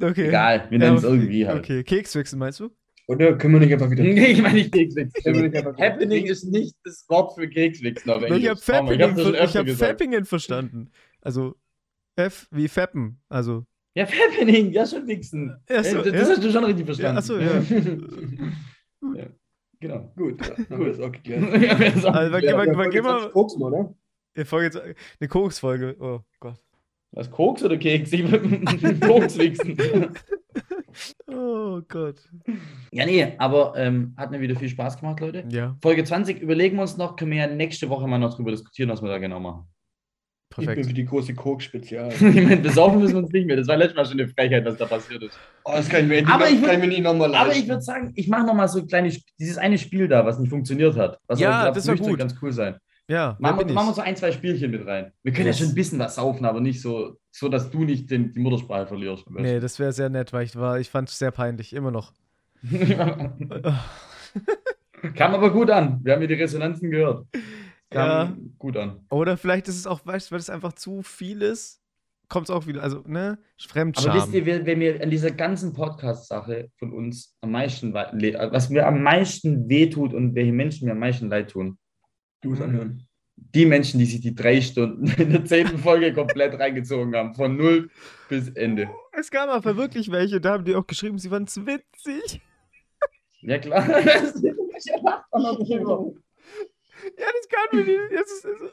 Speaker 1: Okay.
Speaker 3: Egal, wir
Speaker 1: Ja,
Speaker 3: nennen es
Speaker 1: okay.
Speaker 3: irgendwie halt.
Speaker 1: Okay, Kekswichsen meinst du?
Speaker 4: Oder können wir nicht einfach wieder.
Speaker 3: Nee, ich meine
Speaker 1: *laughs*
Speaker 3: nicht
Speaker 4: Können wir
Speaker 3: Kekswichsen.
Speaker 4: nicht einfach wieder-
Speaker 3: Happening ist nicht das Wort für Kekswichsen auf Englisch.
Speaker 1: Ich habe
Speaker 3: Komm,
Speaker 1: Fappingen,
Speaker 3: das schon
Speaker 1: ver- ich
Speaker 3: öfter
Speaker 1: hab
Speaker 3: gesagt.
Speaker 1: Fappingen verstanden. Also F wie Fappen. Also.
Speaker 3: Ja, Fappening, ja schon Wichsen. Äh,
Speaker 1: Ja, so,
Speaker 3: das das
Speaker 1: ja.
Speaker 3: hast du schon richtig verstanden.
Speaker 1: Ja, ach so, ja.
Speaker 3: Genau. *laughs*
Speaker 4: *laughs* Gut, ja, haben wir das auch geklärt.
Speaker 3: Ja, wir sagen-
Speaker 1: Also,
Speaker 3: ja.
Speaker 1: wann- wann gehen wir-
Speaker 4: Koksen, oder?
Speaker 1: Ja, Folge, eine Koks-Folge. Oh Gott.
Speaker 3: Was, Koks oder Keks? Ich will *laughs* Koks wichsen.
Speaker 1: Oh Gott.
Speaker 3: Ja, nee, aber ähm, hat mir wieder viel Spaß gemacht, Leute.
Speaker 1: Ja,
Speaker 3: Folge 20 überlegen wir uns noch, können wir ja nächste Woche mal noch drüber diskutieren, was wir da genau machen. *laughs*
Speaker 4: Ich bin
Speaker 1: perfekt.
Speaker 4: für die große Koks-Spezial.
Speaker 3: ich meine, besaufen müssen wir uns nicht mehr. Das war letztes Mal schon eine Frechheit, was da passiert ist.
Speaker 4: Oh, das kann ich mir,
Speaker 3: Aber
Speaker 4: das
Speaker 3: ich würd-
Speaker 4: kann ich mir nicht nochmal
Speaker 3: Aber ich würde sagen, ich mache nochmal so kleine, Sp- dieses eine Spiel da, was nicht funktioniert hat. Was
Speaker 1: Ja,
Speaker 3: aber, glaub,
Speaker 1: das war
Speaker 3: nüchtern
Speaker 1: gut.
Speaker 3: ganz cool sein.
Speaker 1: Ja, wer
Speaker 3: Machen
Speaker 1: bin
Speaker 3: wir,
Speaker 1: ich?
Speaker 3: machen wir so ein, zwei Spielchen mit rein. Wir können
Speaker 1: Yes.
Speaker 3: ja schon ein bisschen was saufen, aber nicht so, so dass du nicht den, die Muttersprache verlierst.
Speaker 1: Nee, das wäre sehr nett, weil ich war, ich fand es sehr peinlich, immer noch.
Speaker 3: *laughs* Kam aber gut an. Wir haben ja die Resonanzen gehört. Kam
Speaker 1: Ja.
Speaker 3: gut an.
Speaker 1: Oder vielleicht ist es auch, weißt du, weil es einfach zu viel ist, kommt es auch wieder, also, ne?
Speaker 3: Aber wisst
Speaker 1: Fremdscham.
Speaker 3: ihr, wer, wer mir an dieser ganzen Podcast-Sache von uns am meisten, wei- le- was mir am meisten wehtut und welche Menschen mir am meisten leid tun?
Speaker 4: Du musst
Speaker 1: Mhm.
Speaker 4: anhören.
Speaker 3: Die Menschen, die sich die drei Stunden in der zehnten Folge komplett *laughs* reingezogen haben, von null bis Ende.
Speaker 1: Es gab aber wirklich welche, da haben die auch geschrieben, sie waren zu witzig. *laughs*
Speaker 3: Ja
Speaker 4: *laughs*
Speaker 3: klar.
Speaker 4: Genau.
Speaker 1: Ja, das kann man nicht. Das ist, also,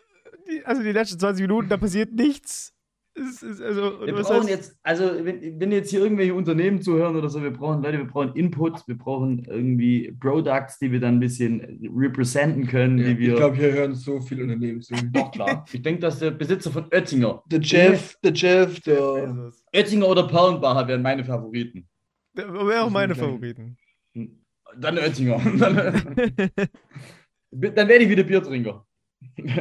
Speaker 1: die, also die letzten 20 Minuten, da passiert nichts. Es ist, also,
Speaker 3: Wir
Speaker 1: was
Speaker 3: brauchen
Speaker 1: heißt-
Speaker 3: jetzt, also wenn, wenn jetzt hier irgendwelche Unternehmen zuhören oder so, wir brauchen Leute, wir brauchen Input, wir brauchen irgendwie Products, die wir dann ein bisschen representen können,
Speaker 4: Ja,
Speaker 3: die wir.
Speaker 4: ich glaube, hier hören so viele Unternehmen zu.
Speaker 3: Doch, klar. Ich denke, dass der Besitzer von Oettinger,
Speaker 4: Der Jeff, der Jeff, der.
Speaker 1: Jesus.
Speaker 3: Oettinger oder Perlenbacher wären meine Favoriten.
Speaker 1: Da wären auch meine
Speaker 4: Das sind
Speaker 1: Favoriten.
Speaker 3: Hm. Dann Oettinger. *laughs* Dann, dann werde ich wieder Biertrinker. *laughs* Dann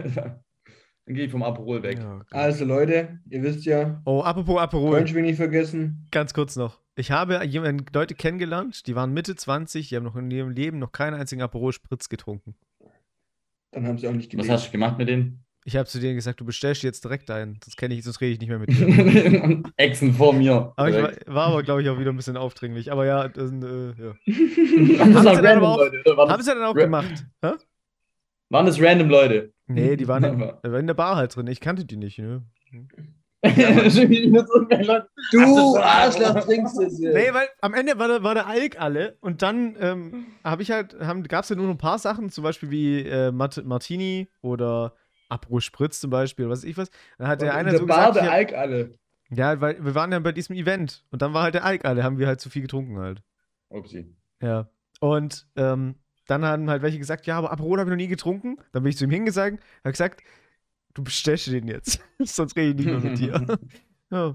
Speaker 3: gehe ich vom Aperol weg.
Speaker 1: Ja, okay.
Speaker 4: Also, Leute, ihr wisst ja,
Speaker 1: oh, apropos Aperol.
Speaker 4: Kölsch will nicht vergessen.
Speaker 1: Ganz kurz noch. Ich habe jemanden, Leute kennengelernt, die waren Mitte 20, die haben noch in ihrem Leben noch keinen einzigen Aperol Spritz getrunken.
Speaker 4: Dann haben sie auch nicht
Speaker 3: Was
Speaker 4: gelesen.
Speaker 3: hast du gemacht mit denen?
Speaker 1: Ich habe zu denen gesagt, du bestellst dir jetzt direkt einen, sonst kenne ich, sonst rede ich nicht mehr
Speaker 3: *laughs*
Speaker 1: mit dir.
Speaker 3: *laughs* Echsen vor mir.
Speaker 1: Aber ich
Speaker 3: *laughs* Direkt.
Speaker 1: war, war aber, glaube ich, auch wieder ein bisschen aufdringlich. Aber ja, das, sind, äh, ja.
Speaker 3: Waren
Speaker 1: Haben
Speaker 3: das
Speaker 1: sie dann
Speaker 3: random
Speaker 1: aber auch-
Speaker 3: Leute? oder Waren
Speaker 1: haben sie dann auch
Speaker 3: Ra-
Speaker 1: gemacht. Hä?
Speaker 3: das- waren das random Leute?
Speaker 1: Nee, die waren in, die waren in der Bar halt drin. Ich kannte die nicht. Ne?
Speaker 3: *laughs*
Speaker 4: Du Arschloch trinkst es jetzt.
Speaker 1: Nee, weil am Ende war der, war der Alk alle und dann ähm, habe ich halt, gab es ja nur noch ein paar Sachen, zum Beispiel wie äh, Mart Martini oder Aperol Spritz zum Beispiel, was weiß ich was. Dann hat der
Speaker 4: Und
Speaker 1: einer
Speaker 4: der
Speaker 1: so
Speaker 4: Bar,
Speaker 1: gesagt,
Speaker 4: der
Speaker 1: ich hab-
Speaker 4: Alk alle.
Speaker 1: ja, weil wir waren ja bei diesem Event und dann war halt der Alk alle, haben wir halt zu viel getrunken halt.
Speaker 3: Upsi.
Speaker 1: Ja. Und ähm, dann haben halt welche gesagt, ja, aber Aperol habe ich noch nie getrunken. Dann bin ich zu ihm hingesagt, habe gesagt, du bestellst dir den jetzt, *laughs* sonst rede ich nicht mehr mit
Speaker 4: *laughs*
Speaker 1: dir. ja.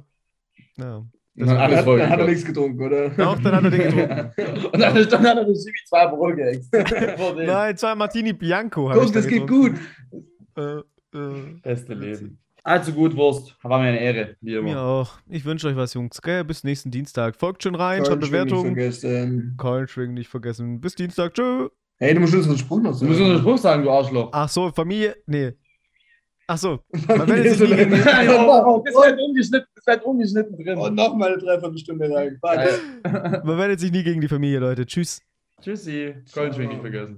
Speaker 1: ja.
Speaker 3: Das war
Speaker 4: Dann
Speaker 3: alles
Speaker 4: hat,
Speaker 3: voll.
Speaker 4: dann hat er nichts getrunken, oder?
Speaker 1: Doch, dann hat er den
Speaker 4: *laughs*
Speaker 1: getrunken.
Speaker 3: *laughs* Und dann ist dann hat er das Jimmy zwei
Speaker 1: *laughs*
Speaker 3: Brot geäxt. Vor dem.
Speaker 1: Nein, zwei Martini Bianco. hab ich
Speaker 4: Guck,
Speaker 1: da
Speaker 4: das geht
Speaker 1: getrunken.
Speaker 4: gut.
Speaker 1: Äh, äh,
Speaker 3: Beste
Speaker 1: witzig.
Speaker 3: Leben. Allzu gut, Wurst. War mir eine Ehre, wie immer.
Speaker 1: Mir auch. Ich wünsche euch was, Jungs. Gell? Bis nächsten Dienstag. Folgt schon rein, schreibt
Speaker 4: Kölsch will nicht
Speaker 1: Bewertungen.
Speaker 4: vergessen.
Speaker 1: Coinschwing nicht vergessen. Bis Dienstag. Tschö.
Speaker 4: Hey, du musst uns einen Spruch noch
Speaker 3: Du musst uns einen Spruch sagen, du Arschloch.
Speaker 1: Ach so, Familie. Nee. Ach so. Weil wenn es nicht
Speaker 4: Familie-
Speaker 1: geht-
Speaker 3: *laughs* Nein, oh, oh, das wird umgeschnitten, das wird umgeschnitten drin.
Speaker 4: Und nochmal eine Dreiviertelstunde rein. Fuck.
Speaker 3: Geil.
Speaker 1: man wendet sich nie gegen die Familie, Leute. Tschüss.
Speaker 3: Tschüssi. Köln nicht vergessen.